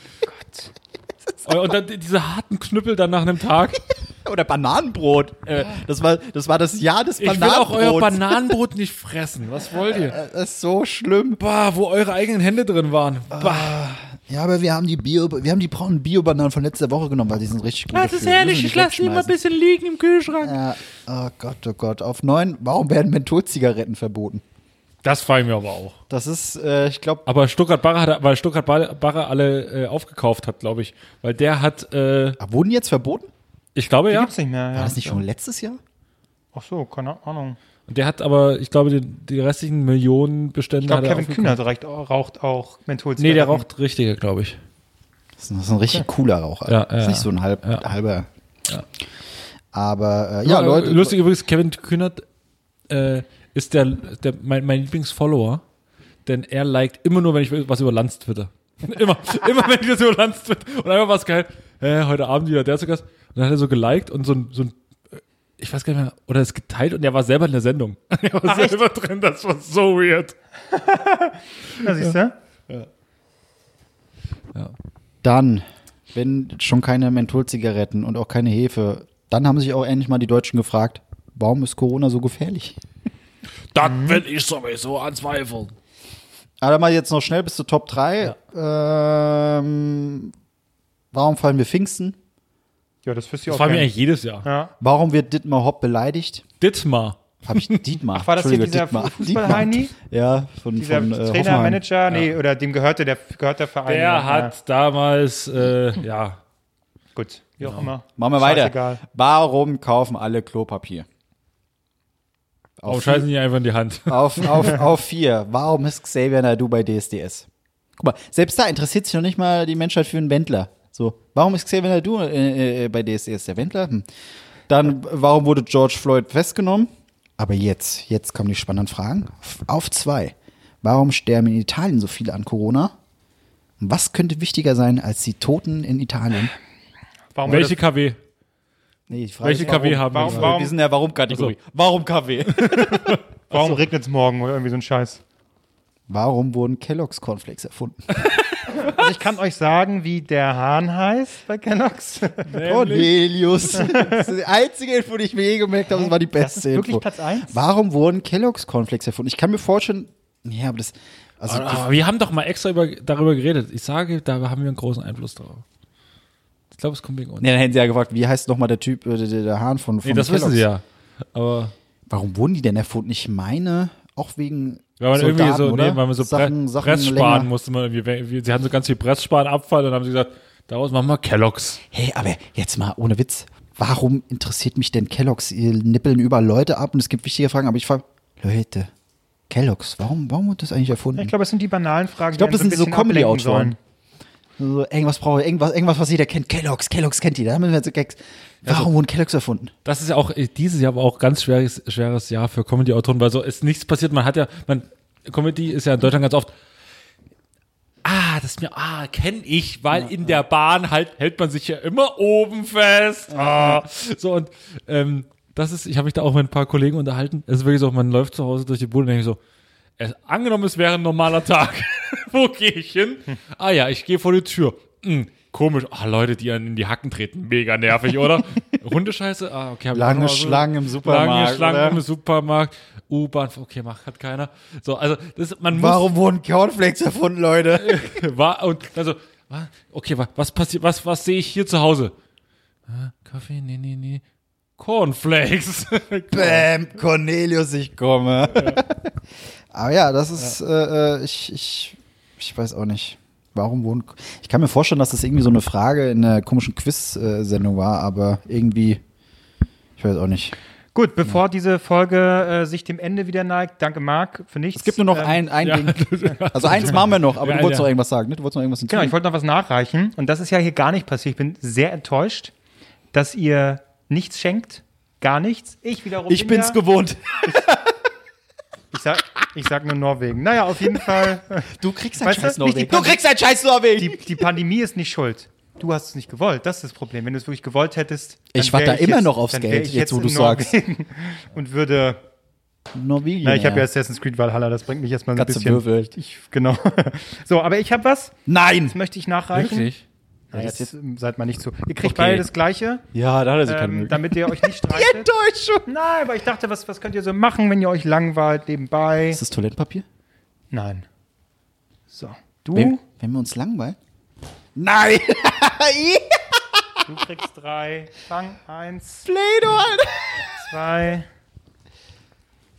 Speaker 4: Gott. Und dann diese harten Knüppel dann nach einem Tag.
Speaker 3: Oder Bananenbrot. Äh, das, war, das war das Jahr des
Speaker 4: Ich will auch euer Bananenbrot nicht fressen. Was wollt ihr?
Speaker 3: das ist so schlimm.
Speaker 4: Bah, wo eure eigenen Hände drin waren. Bah.
Speaker 3: Ja, aber wir haben die Bio, wir haben die braunen Bio-Bananen von letzter Woche genommen, weil die sind richtig gut.
Speaker 4: Ah,
Speaker 3: dafür. Müssen wir nicht wegschmeißen.
Speaker 4: bisschen liegen im Kühlschrank.
Speaker 3: Ja, oh Gott, oh Gott. Auf neun, warum werden Mentholzigaretten verboten?
Speaker 4: Das frage ich mir aber auch.
Speaker 3: Das ist, äh, ich glaube,
Speaker 4: Aber Stuttgart-Barre hat, weil Stuttgart-Barre alle äh, aufgekauft hat, glaube ich. Weil der hat, äh,
Speaker 3: wurden jetzt verboten?
Speaker 4: ich glaube ja,
Speaker 1: Gibt's nicht mehr.
Speaker 3: War
Speaker 1: Ja.
Speaker 3: das nicht schon letztes Jahr?
Speaker 1: Ach so, keine Ahnung.
Speaker 4: und der hat aber, ich glaube, die, die restlichen Millionen Bestände
Speaker 1: Ich glaube,
Speaker 4: hat er
Speaker 1: Kevin
Speaker 4: aufgekauft.
Speaker 1: Kühner raucht, raucht auch Menthol.
Speaker 4: Nee, der raucht richtige, glaube ich.
Speaker 3: Das ist ein, das ist ein richtig cooler Rauch. Alter.
Speaker 4: Ja,
Speaker 3: das ist
Speaker 4: ja,
Speaker 3: nicht so ein halb,
Speaker 4: ja.
Speaker 3: halber. Aber äh, ja, Leute.
Speaker 4: Lustig übrigens, Kevin Kühnert äh, ist der, der mein, mein Lieblingsfollower, denn er liked immer nur, wenn ich was über Lanz twitter. Immer, immer wenn ich das über Lanz twitter. Und einmal war es geil, äh, heute Abend wieder der zu Gast. Und dann hat er so geliked und so ein, so ein äh, ich weiß gar nicht mehr, oder es geteilt und er war selber in der Sendung. Er war selber drin, das war so weird.
Speaker 1: Na, siehst du?
Speaker 3: Dann, wenn schon keine Mentholzigaretten und auch keine Hefe, dann haben sich auch endlich mal die Deutschen gefragt, warum ist Corona so gefährlich?
Speaker 4: Dann will ich sowieso anzweifeln.
Speaker 3: Aber dann mal jetzt noch schnell bis zur Top 3. Ähm, warum fallen wir Pfingsten?
Speaker 1: Ja, das wirst du
Speaker 4: Das
Speaker 1: auch.
Speaker 4: war mir
Speaker 1: kennen.
Speaker 4: eigentlich jedes Jahr.
Speaker 1: Ja.
Speaker 3: Warum wird Dietmar Hopp beleidigt?
Speaker 4: Dittmar.
Speaker 3: Habe ich Dietmar.
Speaker 1: Ach, war das hier
Speaker 3: Entschuldige,
Speaker 1: dieser Fußball-Heini?
Speaker 3: Dietmar. Ja, von,
Speaker 1: Dieser
Speaker 3: von äh,
Speaker 1: Trainer,
Speaker 3: Hoffenheim.
Speaker 1: Manager, nee, oder dem gehörte der, gehört der Verein.
Speaker 4: Der
Speaker 1: ja.
Speaker 4: hat damals, äh, ja,
Speaker 1: Ja, gut, wie auch immer.
Speaker 3: Machen wir weiter.
Speaker 1: Scheißegal.
Speaker 3: Warum kaufen alle Klopapier?
Speaker 4: warum scheißen die einfach in die Hand?
Speaker 3: Auf, auf, auf vier. Warum ist Xavier Naidu bei DSDS? Guck mal, selbst da interessiert sich noch nicht mal die Menschheit für einen Wendler. So, warum ist Xavier Naidu äh, äh, bei DSDS der Wendler? Hm. Dann, warum wurde George Floyd festgenommen? Aber jetzt, jetzt kommen die spannenden Fragen. Auf, auf zwei. Warum sterben in Italien so viele an Corona? Und Was könnte wichtiger sein als die Toten in Italien?
Speaker 1: Warum
Speaker 4: Welche
Speaker 1: wird
Speaker 4: KW?
Speaker 3: Nee, die Frage
Speaker 4: Welche
Speaker 3: ist, warum-
Speaker 4: KW haben
Speaker 1: warum-
Speaker 4: wir?
Speaker 1: warum-
Speaker 3: Wir sind in der Warum-Kategorie. Warum KW?
Speaker 1: das, warum regnet es morgen oder irgendwie so ein Scheiß?
Speaker 3: Warum wurden Kellogg's Cornflakes erfunden?
Speaker 1: Also ich kann euch sagen, wie der Hahn heißt bei Kellogg's.
Speaker 3: Cornelius. Das ist die einzige Info, die ich mir je gemerkt habe, das war die beste
Speaker 1: Das ist wirklich
Speaker 3: Info.
Speaker 1: Platz eins?
Speaker 3: Warum wurden Kellogg's Cornflakes erfunden? Ich kann mir vorstellen, ja, aber das, also
Speaker 4: Aber, aber Ah, wir haben doch mal extra über, darüber geredet. Ich sage, da haben wir einen großen Einfluss drauf. Ich glaube, es kommt wegen uns.
Speaker 3: Nee, dann hätten sie ja gefragt, wie heißt nochmal der Typ, äh, der, der Hahn von, von
Speaker 4: Nee, das
Speaker 3: Kellogg's?
Speaker 4: wissen sie ja. Aber
Speaker 3: Warum wurden die denn erfunden? Ich meine, auch wegen
Speaker 4: weil man
Speaker 3: Soldaten,
Speaker 4: irgendwie so,
Speaker 3: oder?
Speaker 4: nee, weil man so
Speaker 3: Sachen,
Speaker 4: Pre
Speaker 3: Sachen
Speaker 4: Press
Speaker 3: länger.
Speaker 4: sparen musste. Man irgendwie, wir- sie hatten so ganz viel Press sparen, Abfall und haben sie gesagt, daraus machen wir Kellogg's.
Speaker 3: Hey, aber jetzt mal ohne Witz. Warum interessiert mich denn Kellogg's? Ihr nippeln über Leute ab und es gibt wichtige Fragen, aber ich frage, Leute, Kellogg's, warum, warum wurde das eigentlich erfunden?
Speaker 1: Ich glaube, es sind die banalen Fragen, ich
Speaker 3: glaub, das sind so Comedy-Autoren.
Speaker 1: sollen.
Speaker 3: So, irgendwas brauche ich, irgendwas, irgendwas, was jeder kennt. Kellogg's, Kellogg's kennt jeder. Da müssen wir jetzt Gags. Warum wurden Kellogg's erfunden?
Speaker 4: Das ist ja auch, äh, dieses Jahr war auch ganz schweres, schweres Jahr für Comedy-Autoren, weil so ist nichts passiert. Man hat ja, man, Comedy ist ja in Deutschland ganz oft, ah, das ist mir, ah, kenne ich, weil in der Bahn halt hält man sich ja immer oben fest. Ah. So und ähm, das ist, ich habe mich da auch mit ein paar Kollegen unterhalten. Es ist wirklich so, man läuft zu Hause durch die Bude und denkt so, es, angenommen, es wäre ein normaler Tag. Wo gehe ich hin? Ah ja, ich gehe vor die Tür. Hm, komisch. Ah, Leute, die einen in die Hacken treten. Mega nervig, oder? Hundescheiße? Ah, okay. hab ich auch
Speaker 3: Lange
Speaker 4: noch mal so-
Speaker 3: Schlangen im Supermarkt,
Speaker 4: Lange Schlangen
Speaker 3: oder?
Speaker 4: im Supermarkt. U-Bahn, okay, macht hat keiner. So, also, das, man muss
Speaker 3: Warum wurden Cornflakes erfunden, Leute?
Speaker 4: war und also wa- okay, wa- was passiert, was was sehe ich hier zu Hause?
Speaker 5: Äh,
Speaker 4: Ah, Kaffee, nee, nee, nee. Cornflakes.
Speaker 3: Bäm, Cornelius, ich komme. Aber ja, das ist, Äh, äh, ich, ich, ich weiß auch nicht. Warum wurden. Ich kann mir vorstellen, dass das irgendwie so eine Frage in einer komischen Quiz-Sendung war, aber irgendwie. Ich weiß auch nicht.
Speaker 1: Gut, bevor diese Folge äh, sich dem Ende wieder neigt, danke Marc für nichts. Ähm,
Speaker 3: Es gibt nur noch ein, ein Ding. Also eins machen wir noch, aber du
Speaker 5: Ja,
Speaker 3: wolltest
Speaker 5: ja.
Speaker 3: noch irgendwas sagen, ne? Du wolltest noch irgendwas
Speaker 1: Genau,
Speaker 3: hinzufügen.
Speaker 1: ich wollte noch was nachreichen. Und das ist ja hier gar nicht passiert. Ich bin sehr enttäuscht, dass ihr nichts schenkt. Gar nichts. Ich wiederum.
Speaker 3: ich bin's
Speaker 1: ja,
Speaker 3: gewohnt.
Speaker 1: ich, sag, ich sag nur Norwegen. Naja, auf jeden Fall.
Speaker 3: Du kriegst ein
Speaker 1: Weißt du, nicht
Speaker 3: scheiß
Speaker 1: die
Speaker 3: Norwegen. Du
Speaker 1: Pan-
Speaker 3: kriegst ein scheiß Norwegen.
Speaker 1: Die, die Pandemie ist nicht schuld. Du hast es nicht gewollt. Das ist das Problem. Wenn du es wirklich gewollt hättest. dann
Speaker 3: Ich warte
Speaker 1: wär
Speaker 3: da immer
Speaker 1: jetzt-
Speaker 3: noch aufs
Speaker 1: dann wär
Speaker 3: Geld,
Speaker 1: ich
Speaker 3: jetzt, wo
Speaker 1: in
Speaker 3: du's sagst.
Speaker 1: Norwegen Und würde.
Speaker 3: Norwegen.
Speaker 1: Na, ich habe ja Assassin's Creed Valhalla. Das bringt mich erstmal so ein
Speaker 3: Katze
Speaker 1: bisschen.
Speaker 3: würfelt.
Speaker 1: Ich, genau. So, aber ich habe was.
Speaker 3: Nein!
Speaker 1: Das möchte ich nachreichen.
Speaker 5: Wirklich?
Speaker 1: Ja,
Speaker 3: das
Speaker 1: jetzt seid mal nicht zu. Ihr kriegt
Speaker 5: Okay.
Speaker 1: beide das Gleiche,
Speaker 3: Ja, da hat er sich
Speaker 1: ähm, damit ihr euch nicht
Speaker 3: Die
Speaker 1: streitet.
Speaker 3: Enttäuschung.
Speaker 1: Nein, aber ich dachte, was, was könnt ihr so machen, wenn ihr euch langweilt nebenbei?
Speaker 3: Ist das Toilettenpapier?
Speaker 1: Nein. So. Du,
Speaker 3: Wenn, wenn wir uns langweilen? Nein!
Speaker 1: du kriegst drei. Fang. Eins,
Speaker 3: Play-Doh, Alter!
Speaker 1: zwei,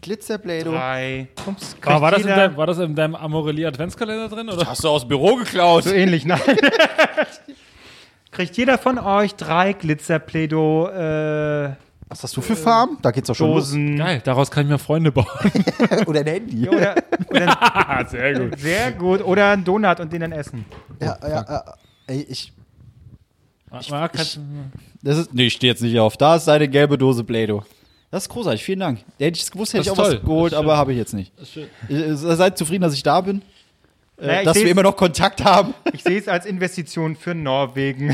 Speaker 3: Glitzer-Play-Doh.
Speaker 1: drei. Ups, kriegt
Speaker 5: War, war, das in
Speaker 1: jeder.
Speaker 5: deinem, war das in deinem Amorelie Adventskalender drin? Oder?
Speaker 4: Hast du aus dem Büro geklaut?
Speaker 1: so ähnlich, nein. kriegt jeder von euch drei äh, Glitzer-Pledo-Dosen.
Speaker 3: Was hast du für Farm? Da geht's doch schon los.
Speaker 5: Geil, daraus kann ich mir Freunde bauen.
Speaker 3: Oder ein Handy.
Speaker 1: Oder, oder,
Speaker 5: Ah, sehr gut.
Speaker 1: sehr gut. Oder einen Donut und den dann essen.
Speaker 3: Ja, ja, ja. Ey, ich.
Speaker 5: Marc, kannst du-
Speaker 3: Das ist, nee, ich stehe jetzt nicht auf. Da ist deine gelbe Dose Play-Doh. Das ist großartig, vielen Dank. Hätte ich es gewusst, hätte
Speaker 5: Das
Speaker 3: ich auch
Speaker 5: ist
Speaker 3: was
Speaker 5: toll.
Speaker 3: geholt, aber habe ich jetzt nicht. Äh, Seid zufrieden, dass ich da bin. Äh,
Speaker 1: Naja, ich
Speaker 3: dass wir
Speaker 1: seh's-
Speaker 3: immer noch Kontakt haben.
Speaker 1: Ich sehe es als Investition für Norwegen.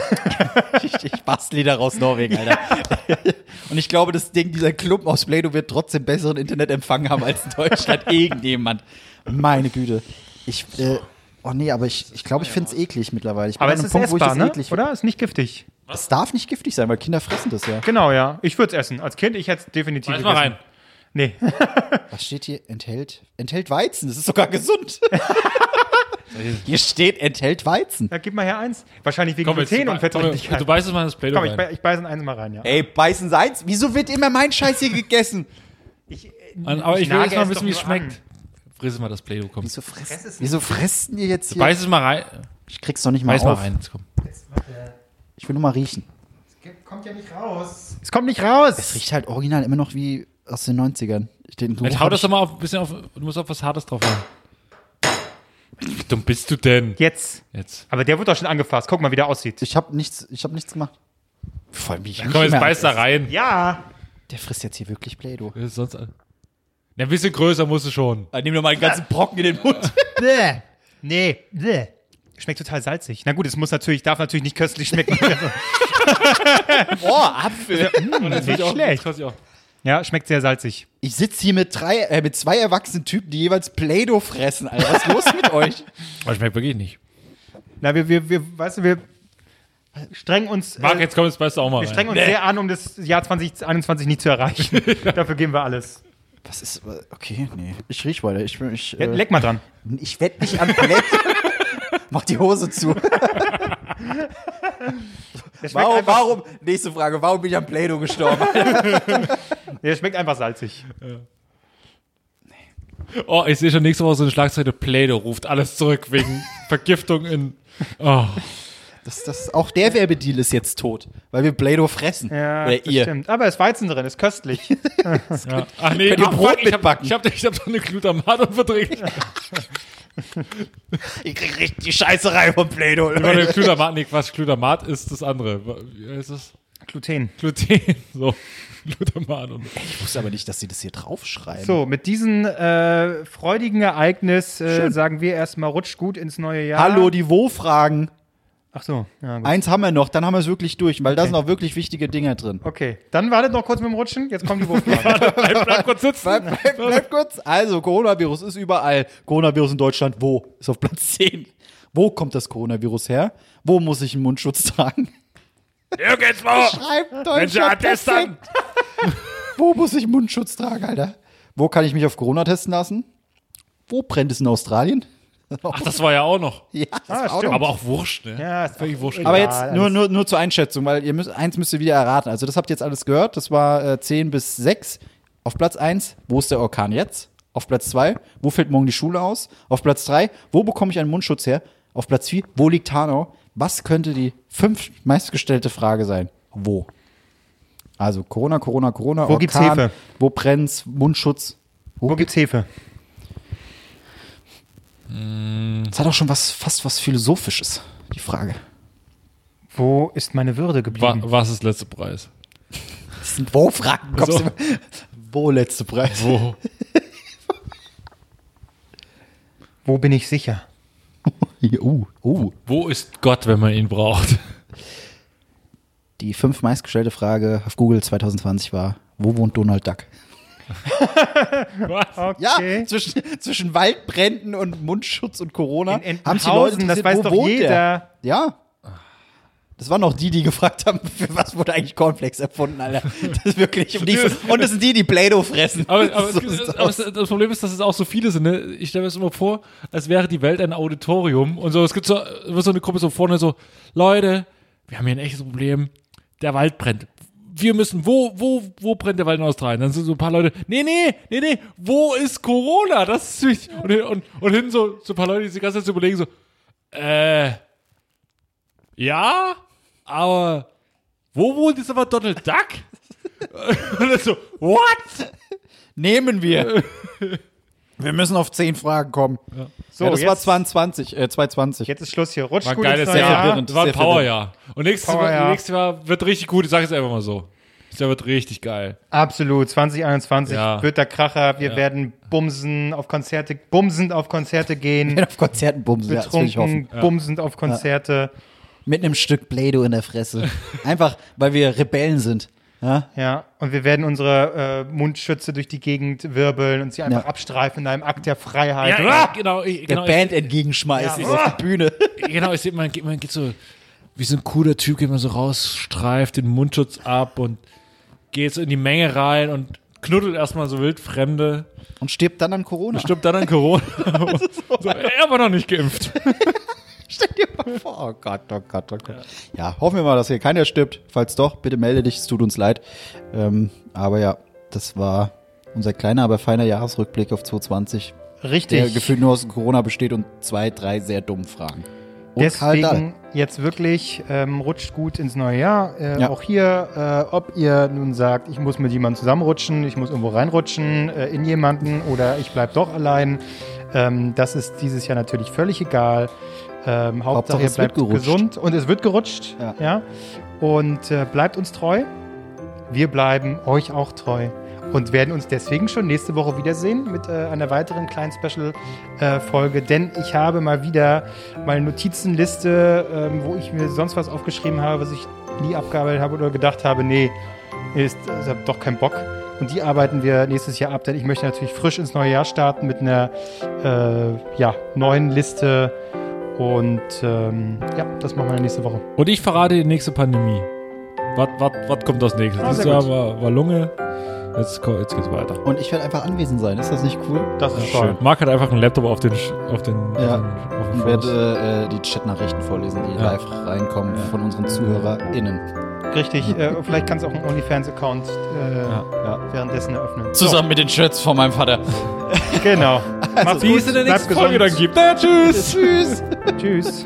Speaker 3: Ich, ich bastle daraus Norwegen, Alter. Und ich glaube, das Ding, dieser Club aus Play-Doh wird trotzdem besseren Internetempfang haben als in Deutschland irgendjemand. Meine Güte. Ich, äh, oh nee, aber ich glaube, ich, glaube, ich finde es eklig mittlerweile. Ich bin
Speaker 1: Aber
Speaker 3: an
Speaker 1: es
Speaker 3: einem
Speaker 1: ist
Speaker 3: Punkt, wo ich
Speaker 1: essbar,
Speaker 3: das
Speaker 1: ne?
Speaker 3: eklig
Speaker 1: Oder? Ist nicht giftig.
Speaker 3: Es darf nicht giftig sein, weil Kinder fressen das ja.
Speaker 1: Genau, ja. Ich würde es essen. Als Kind, ich hätte es definitiv
Speaker 5: Mach mal
Speaker 1: gegessen.
Speaker 5: rein.
Speaker 1: Nee.
Speaker 3: Was steht hier? Enthält, enthält Weizen. Das ist sogar gesund. hier steht, enthält Weizen.
Speaker 1: Na, gib mal her eins. Wahrscheinlich wegen
Speaker 5: Komm, jetzt,
Speaker 1: Gluten
Speaker 5: du,
Speaker 1: und
Speaker 5: bei- komm,
Speaker 1: Fettreichtigkeit.
Speaker 5: du beißt es mal ins Play-Doh
Speaker 1: Komm, ich,
Speaker 5: rein.
Speaker 1: bei- ich beiße in eins mal rein, ja.
Speaker 3: Ey, beißen Seins. Wieso wird immer mein Scheiß hier gegessen?
Speaker 1: Ich,
Speaker 5: An- Aber ich will
Speaker 1: nage
Speaker 5: jetzt mal
Speaker 1: es
Speaker 5: wissen,
Speaker 1: doch
Speaker 5: wie es
Speaker 1: nur
Speaker 5: schmeckt. Friss mal das Play-Doh, komm.
Speaker 3: Wieso fressen,
Speaker 1: Fress es
Speaker 3: wieso fressen ihr jetzt hier?
Speaker 5: Beiß es mal rein.
Speaker 3: Ich krieg's doch nicht mal
Speaker 5: Beiß mal
Speaker 3: auf.
Speaker 5: rein. Jetzt komm.
Speaker 3: Ich will nur mal riechen.
Speaker 1: Kommt ja nicht raus. Es kommt nicht raus.
Speaker 3: Es riecht halt original immer noch wie aus den 90ern. Den Geruch
Speaker 5: Jetzt hau
Speaker 3: hab
Speaker 5: das
Speaker 3: ich-
Speaker 5: doch mal auf, ein bisschen auf. Du musst auf was Hartes drauf haben. Wie dumm bist du denn?
Speaker 1: Jetzt.
Speaker 5: Jetzt.
Speaker 1: Aber der wird doch schon angefasst. Guck mal, wie der aussieht.
Speaker 3: Ich hab nichts, ich hab nichts gemacht. Vor allem, ich
Speaker 5: Komm, jetzt beiß da rein.
Speaker 1: Ja.
Speaker 3: Der frisst jetzt hier wirklich Play-Doh.
Speaker 5: Was ist Sonst. an- Na, ein bisschen größer musst du schon.
Speaker 3: Nimm doch mal einen ganzen Brocken in den Mund.
Speaker 1: Bäh. Nee. Bäh. Schmeckt total salzig. Na gut, es muss natürlich, darf natürlich nicht köstlich schmecken.
Speaker 3: Oh, Apfel.
Speaker 1: Nicht schlecht.
Speaker 5: Das ich auch.
Speaker 1: Ja, schmeckt sehr salzig.
Speaker 3: Ich sitze hier mit drei, äh, mit zwei erwachsenen Typen, die jeweils Play-Doh fressen. Alter, was ist los mit euch?
Speaker 5: Aber schmeckt wirklich nicht.
Speaker 1: Na, wir, wir, wir weißt du, wir strengen uns.
Speaker 5: Marc,
Speaker 1: äh,
Speaker 5: jetzt komm, jetzt beiß da auch mal
Speaker 1: Wir
Speaker 5: rein.
Speaker 1: strengen uns sehr an, um das Jahr 2021 nicht zu erreichen. Dafür geben wir alles.
Speaker 3: Was ist, äh, okay, nee. Ich riech weiter. Ich, ich,
Speaker 1: Ja,
Speaker 3: äh,
Speaker 1: leck mal dran.
Speaker 3: ich wette nicht an Play Mach die Hose zu.
Speaker 1: Der schmeckt,
Speaker 3: Warum,
Speaker 1: einfach,
Speaker 3: warum, nächste Frage, warum bin ich am Play-Doh gestorben?
Speaker 1: Der schmeckt einfach salzig.
Speaker 5: Oh, ich sehe schon nächste Woche so eine Schlagzeile. Play-Doh ruft alles zurück wegen Vergiftung in. Oh.
Speaker 3: Das, das, auch der Werbedeal ist jetzt tot, weil wir Play-Doh fressen.
Speaker 1: Ja,
Speaker 3: Oder
Speaker 1: das
Speaker 3: ihr.
Speaker 1: stimmt. Aber es ist Weizen drin, ist köstlich.
Speaker 5: Ja. Ach nee,
Speaker 3: könnt ihr
Speaker 5: ach,
Speaker 3: Brot
Speaker 5: fuck, ich hab,
Speaker 3: mitbacken.
Speaker 5: ich hab, ich hab so eine Glutamat und verdrängt.
Speaker 3: Ich krieg richtig die Scheiße rein vom Play-Doh.
Speaker 5: Ich meine, Glutamat, nee, was Glutamat ist das andere. Wie heißt das?
Speaker 1: Gluten.
Speaker 5: Gluten. So. Glutamat und.
Speaker 3: Ich wusste aber nicht, dass sie das hier draufschreiben.
Speaker 1: So, mit diesem äh, freudigen Ereignis äh, sagen wir erstmal rutscht gut ins neue Jahr.
Speaker 3: Hallo, die Wo-Fragen.
Speaker 1: Ach so, ja, gut.
Speaker 3: Eins haben wir noch, dann haben wir es wirklich durch, weil da sind auch wirklich wichtige Dinger drin.
Speaker 1: Okay, dann wartet noch kurz mit dem Rutschen. Jetzt kommen die Wurffragen.
Speaker 5: Bleib, bleib kurz sitzen.
Speaker 3: Bleib, bleib, bleib kurz. Also, Coronavirus ist überall. Coronavirus in Deutschland, wo? Ist auf Platz 10. Wo kommt das Coronavirus her? Wo muss ich einen Mundschutz tragen?
Speaker 5: Nirgendwo.
Speaker 3: Schreibt
Speaker 5: Menschen
Speaker 3: Deutschland perfekt.
Speaker 5: attestern.
Speaker 3: Wo muss ich Mundschutz tragen, Alter? Wo kann ich mich auf Corona testen lassen? Wo brennt es in Australien?
Speaker 5: Ach, das war ja auch noch.
Speaker 3: Ja, das
Speaker 1: Ah,
Speaker 3: war auch
Speaker 1: stimmt.
Speaker 3: noch-
Speaker 5: Aber auch wurscht, ne?
Speaker 1: Ja, ist
Speaker 5: Völlig
Speaker 1: auch
Speaker 5: wurscht.
Speaker 1: egal.
Speaker 3: Aber jetzt
Speaker 1: alles-
Speaker 3: nur, nur, nur zur Einschätzung, weil ihr müsst, eins müsst ihr wieder erraten. Also, das habt ihr jetzt alles gehört. Das war äh, 10 bis 6. Auf Platz 1, wo ist der Orkan jetzt? Auf Platz 2, wo fällt morgen die Schule aus? Auf Platz 3, wo bekomme ich einen Mundschutz her? Auf Platz 4, wo liegt Hanau? Was könnte die fünf meistgestellte Frage sein? Wo? Also Corona, Corona, Corona,
Speaker 1: Wo gibt's Hefe?
Speaker 3: Wo brennt's? Mundschutz.
Speaker 1: Wo gibt's Hefe?
Speaker 3: Das hat auch schon was, fast was Philosophisches, die Frage.
Speaker 1: Wo ist meine Würde
Speaker 4: Wa
Speaker 1: geblieben?
Speaker 4: was ist letzter Preis?
Speaker 3: Das sind Wo-Fragen. kommst du- Wo letzte Preis?
Speaker 4: Wo?
Speaker 1: Wo bin ich sicher?
Speaker 3: Ja, uh, uh.
Speaker 4: Wo ist Gott, wenn man ihn braucht?
Speaker 3: Die fünf meistgestellte Frage auf Google 2020 war, wo wohnt Donald Duck?
Speaker 1: Okay.
Speaker 3: zwischen, zwischen Waldbränden und Mundschutz und Corona
Speaker 1: In Entenhausen, das
Speaker 3: interessiert,
Speaker 1: weiß
Speaker 3: wo
Speaker 1: doch
Speaker 3: wohnt
Speaker 1: jeder.
Speaker 3: Der? Ja. Das waren auch die, die gefragt haben, für was wurde eigentlich Cornflakes erfunden, Alter. Das ist wirklich um die, und das sind die, die Play-Doh fressen.
Speaker 4: Aber, aber,
Speaker 3: So
Speaker 4: es,
Speaker 3: sieht's
Speaker 4: aber
Speaker 3: aus.
Speaker 4: es, das Problem ist, dass es auch so viele sind. Ne? Ich stelle mir das immer vor, als wäre die Welt ein Auditorium und so. Es gibt so, immer so eine Gruppe so vorne so, Leute, wir haben hier ein echtes Problem. Der Wald brennt. Wir müssen, wo, wo, wo brennt der Wald in Australien? Dann sind so ein paar Leute, nee, nee, nee, nee, wo ist Corona? Das ist wichtig. Und, hin- und, und hinten so, so ein paar Leute, die sich die ganze Zeit so überlegen, so, äh, ja, aber wo wohnt jetzt aber Donald Duck? und dann so, what?
Speaker 3: Nehmen wir. wir müssen auf zehn Fragen kommen. So, das war
Speaker 1: jetzt-
Speaker 3: 22, äh, 220.
Speaker 1: Jetzt ist Schluss hier. Rutscht
Speaker 4: War ein
Speaker 1: gut ins
Speaker 4: geiles
Speaker 1: neue
Speaker 4: Jahr.
Speaker 1: Jahr.
Speaker 3: verwirrend.
Speaker 4: Das war ein
Speaker 3: sehr verwirrend.
Speaker 4: Powerjahr. Und nächstes,
Speaker 1: Powerjahr.
Speaker 4: Mal, nächstes Jahr wird richtig gut. Ich sage es einfach mal so. Das Jahr wird richtig geil.
Speaker 1: Absolut. 2021
Speaker 4: Ja.
Speaker 1: wird der Kracher. Wir werden bumsen auf Konzerte, bumsend auf Konzerte
Speaker 3: Wir
Speaker 1: gehen.
Speaker 3: werden auf Konzerten bumsen, ja, das will ich hoffen.
Speaker 1: Betrunken, bumsend auf Konzerte.
Speaker 3: Mit einem Stück Play-Doh in der Fresse. Einfach, weil wir Rebellen sind. Ja?
Speaker 1: Ja, und wir werden unsere äh, Mundschütze durch die Gegend wirbeln und sie einfach
Speaker 3: Ja.
Speaker 1: abstreifen in einem Akt der Freiheit. Ah!
Speaker 4: ja, genau. Ich,
Speaker 3: Der
Speaker 4: genau, ich,
Speaker 3: Band entgegenschmeißen
Speaker 1: Ja.
Speaker 3: auf die Bühne.
Speaker 4: genau, ich sehe, man, geht- man geht so, wie so ein cooler Typ, geht man so raus, streift den Mundschutz ab und geht so in die Menge rein und knuddelt erstmal so wildfremde.
Speaker 3: Und stirbt dann an Corona.
Speaker 4: Stirbt dann an Corona. so, er war noch nicht geimpft.
Speaker 3: Stell dir mal vor. Oh Gott, oh Gott, oh Gott. Ja. hoffen wir mal, dass hier keiner stirbt. Falls doch, bitte melde dich, es tut uns leid. Ähm, aber ja, das war unser kleiner, aber feiner Jahresrückblick auf 2020. Der
Speaker 1: Richtig.
Speaker 3: gefühlt nur aus Corona besteht und zwei, drei sehr dummen Fragen. Und Karl Dahl.
Speaker 1: Deswegen jetzt wirklich ähm, rutscht gut ins neue Jahr. Äh,
Speaker 3: Ja.
Speaker 1: Auch hier, äh, ob ihr nun sagt, ich muss mit jemandem zusammenrutschen, ich muss irgendwo reinrutschen äh, in jemanden oder ich bleib doch allein. Ähm, das ist dieses Jahr natürlich völlig egal. Ähm, Hauptsache,
Speaker 3: Hauptsache,
Speaker 1: ihr
Speaker 3: es wird
Speaker 1: bleibt
Speaker 3: gerutscht.
Speaker 1: gesund und es wird gerutscht.
Speaker 3: Ja.
Speaker 1: Ja. Und äh, bleibt uns treu. Wir bleiben euch auch treu und werden uns deswegen schon nächste Woche wiedersehen mit äh, einer weiteren kleinen Special-Folge. denn ich habe mal wieder meine Notizenliste, ähm, wo ich mir sonst was aufgeschrieben habe, was ich nie abgearbeitet habe oder gedacht habe, nee, ist, ich habe doch keinen Bock. Und die arbeiten wir nächstes Jahr ab, denn ich möchte natürlich frisch ins neue Jahr starten mit einer äh, ja, neuen Liste. Und ähm, ja, das machen wir nächste Woche.
Speaker 4: Und ich verrate die nächste Pandemie. Was, was, was kommt als nächstes?
Speaker 1: Ah,
Speaker 4: Dieses
Speaker 1: sehr
Speaker 4: Jahr
Speaker 1: gut.
Speaker 4: war, war Lunge. Jetzt, ko- jetzt geht's weiter.
Speaker 3: Und ich werde einfach anwesend sein. Ist das nicht cool?
Speaker 1: Das ist
Speaker 4: Schön.
Speaker 1: toll.
Speaker 4: Marc hat einfach einen Laptop auf den, Sch- auf den,
Speaker 3: Ja.
Speaker 4: auf den, auf den
Speaker 3: Und
Speaker 4: Schoß.
Speaker 3: werde äh, die Chatnachrichten vorlesen, die
Speaker 4: Ja.
Speaker 3: live reinkommen von unseren ZuhörerInnen.
Speaker 1: Richtig, äh, vielleicht kannst du auch einen OnlyFans-Account äh,
Speaker 3: Ja.
Speaker 1: währenddessen eröffnen.
Speaker 3: mit den Shirts von meinem Vater.
Speaker 1: Genau. Macht's
Speaker 4: Wie es Also, in der
Speaker 1: bleibt
Speaker 4: nächsten Folge dann
Speaker 1: gesund.
Speaker 4: gibt. Na, tschüss.
Speaker 1: Tschüss.
Speaker 3: Tschüss.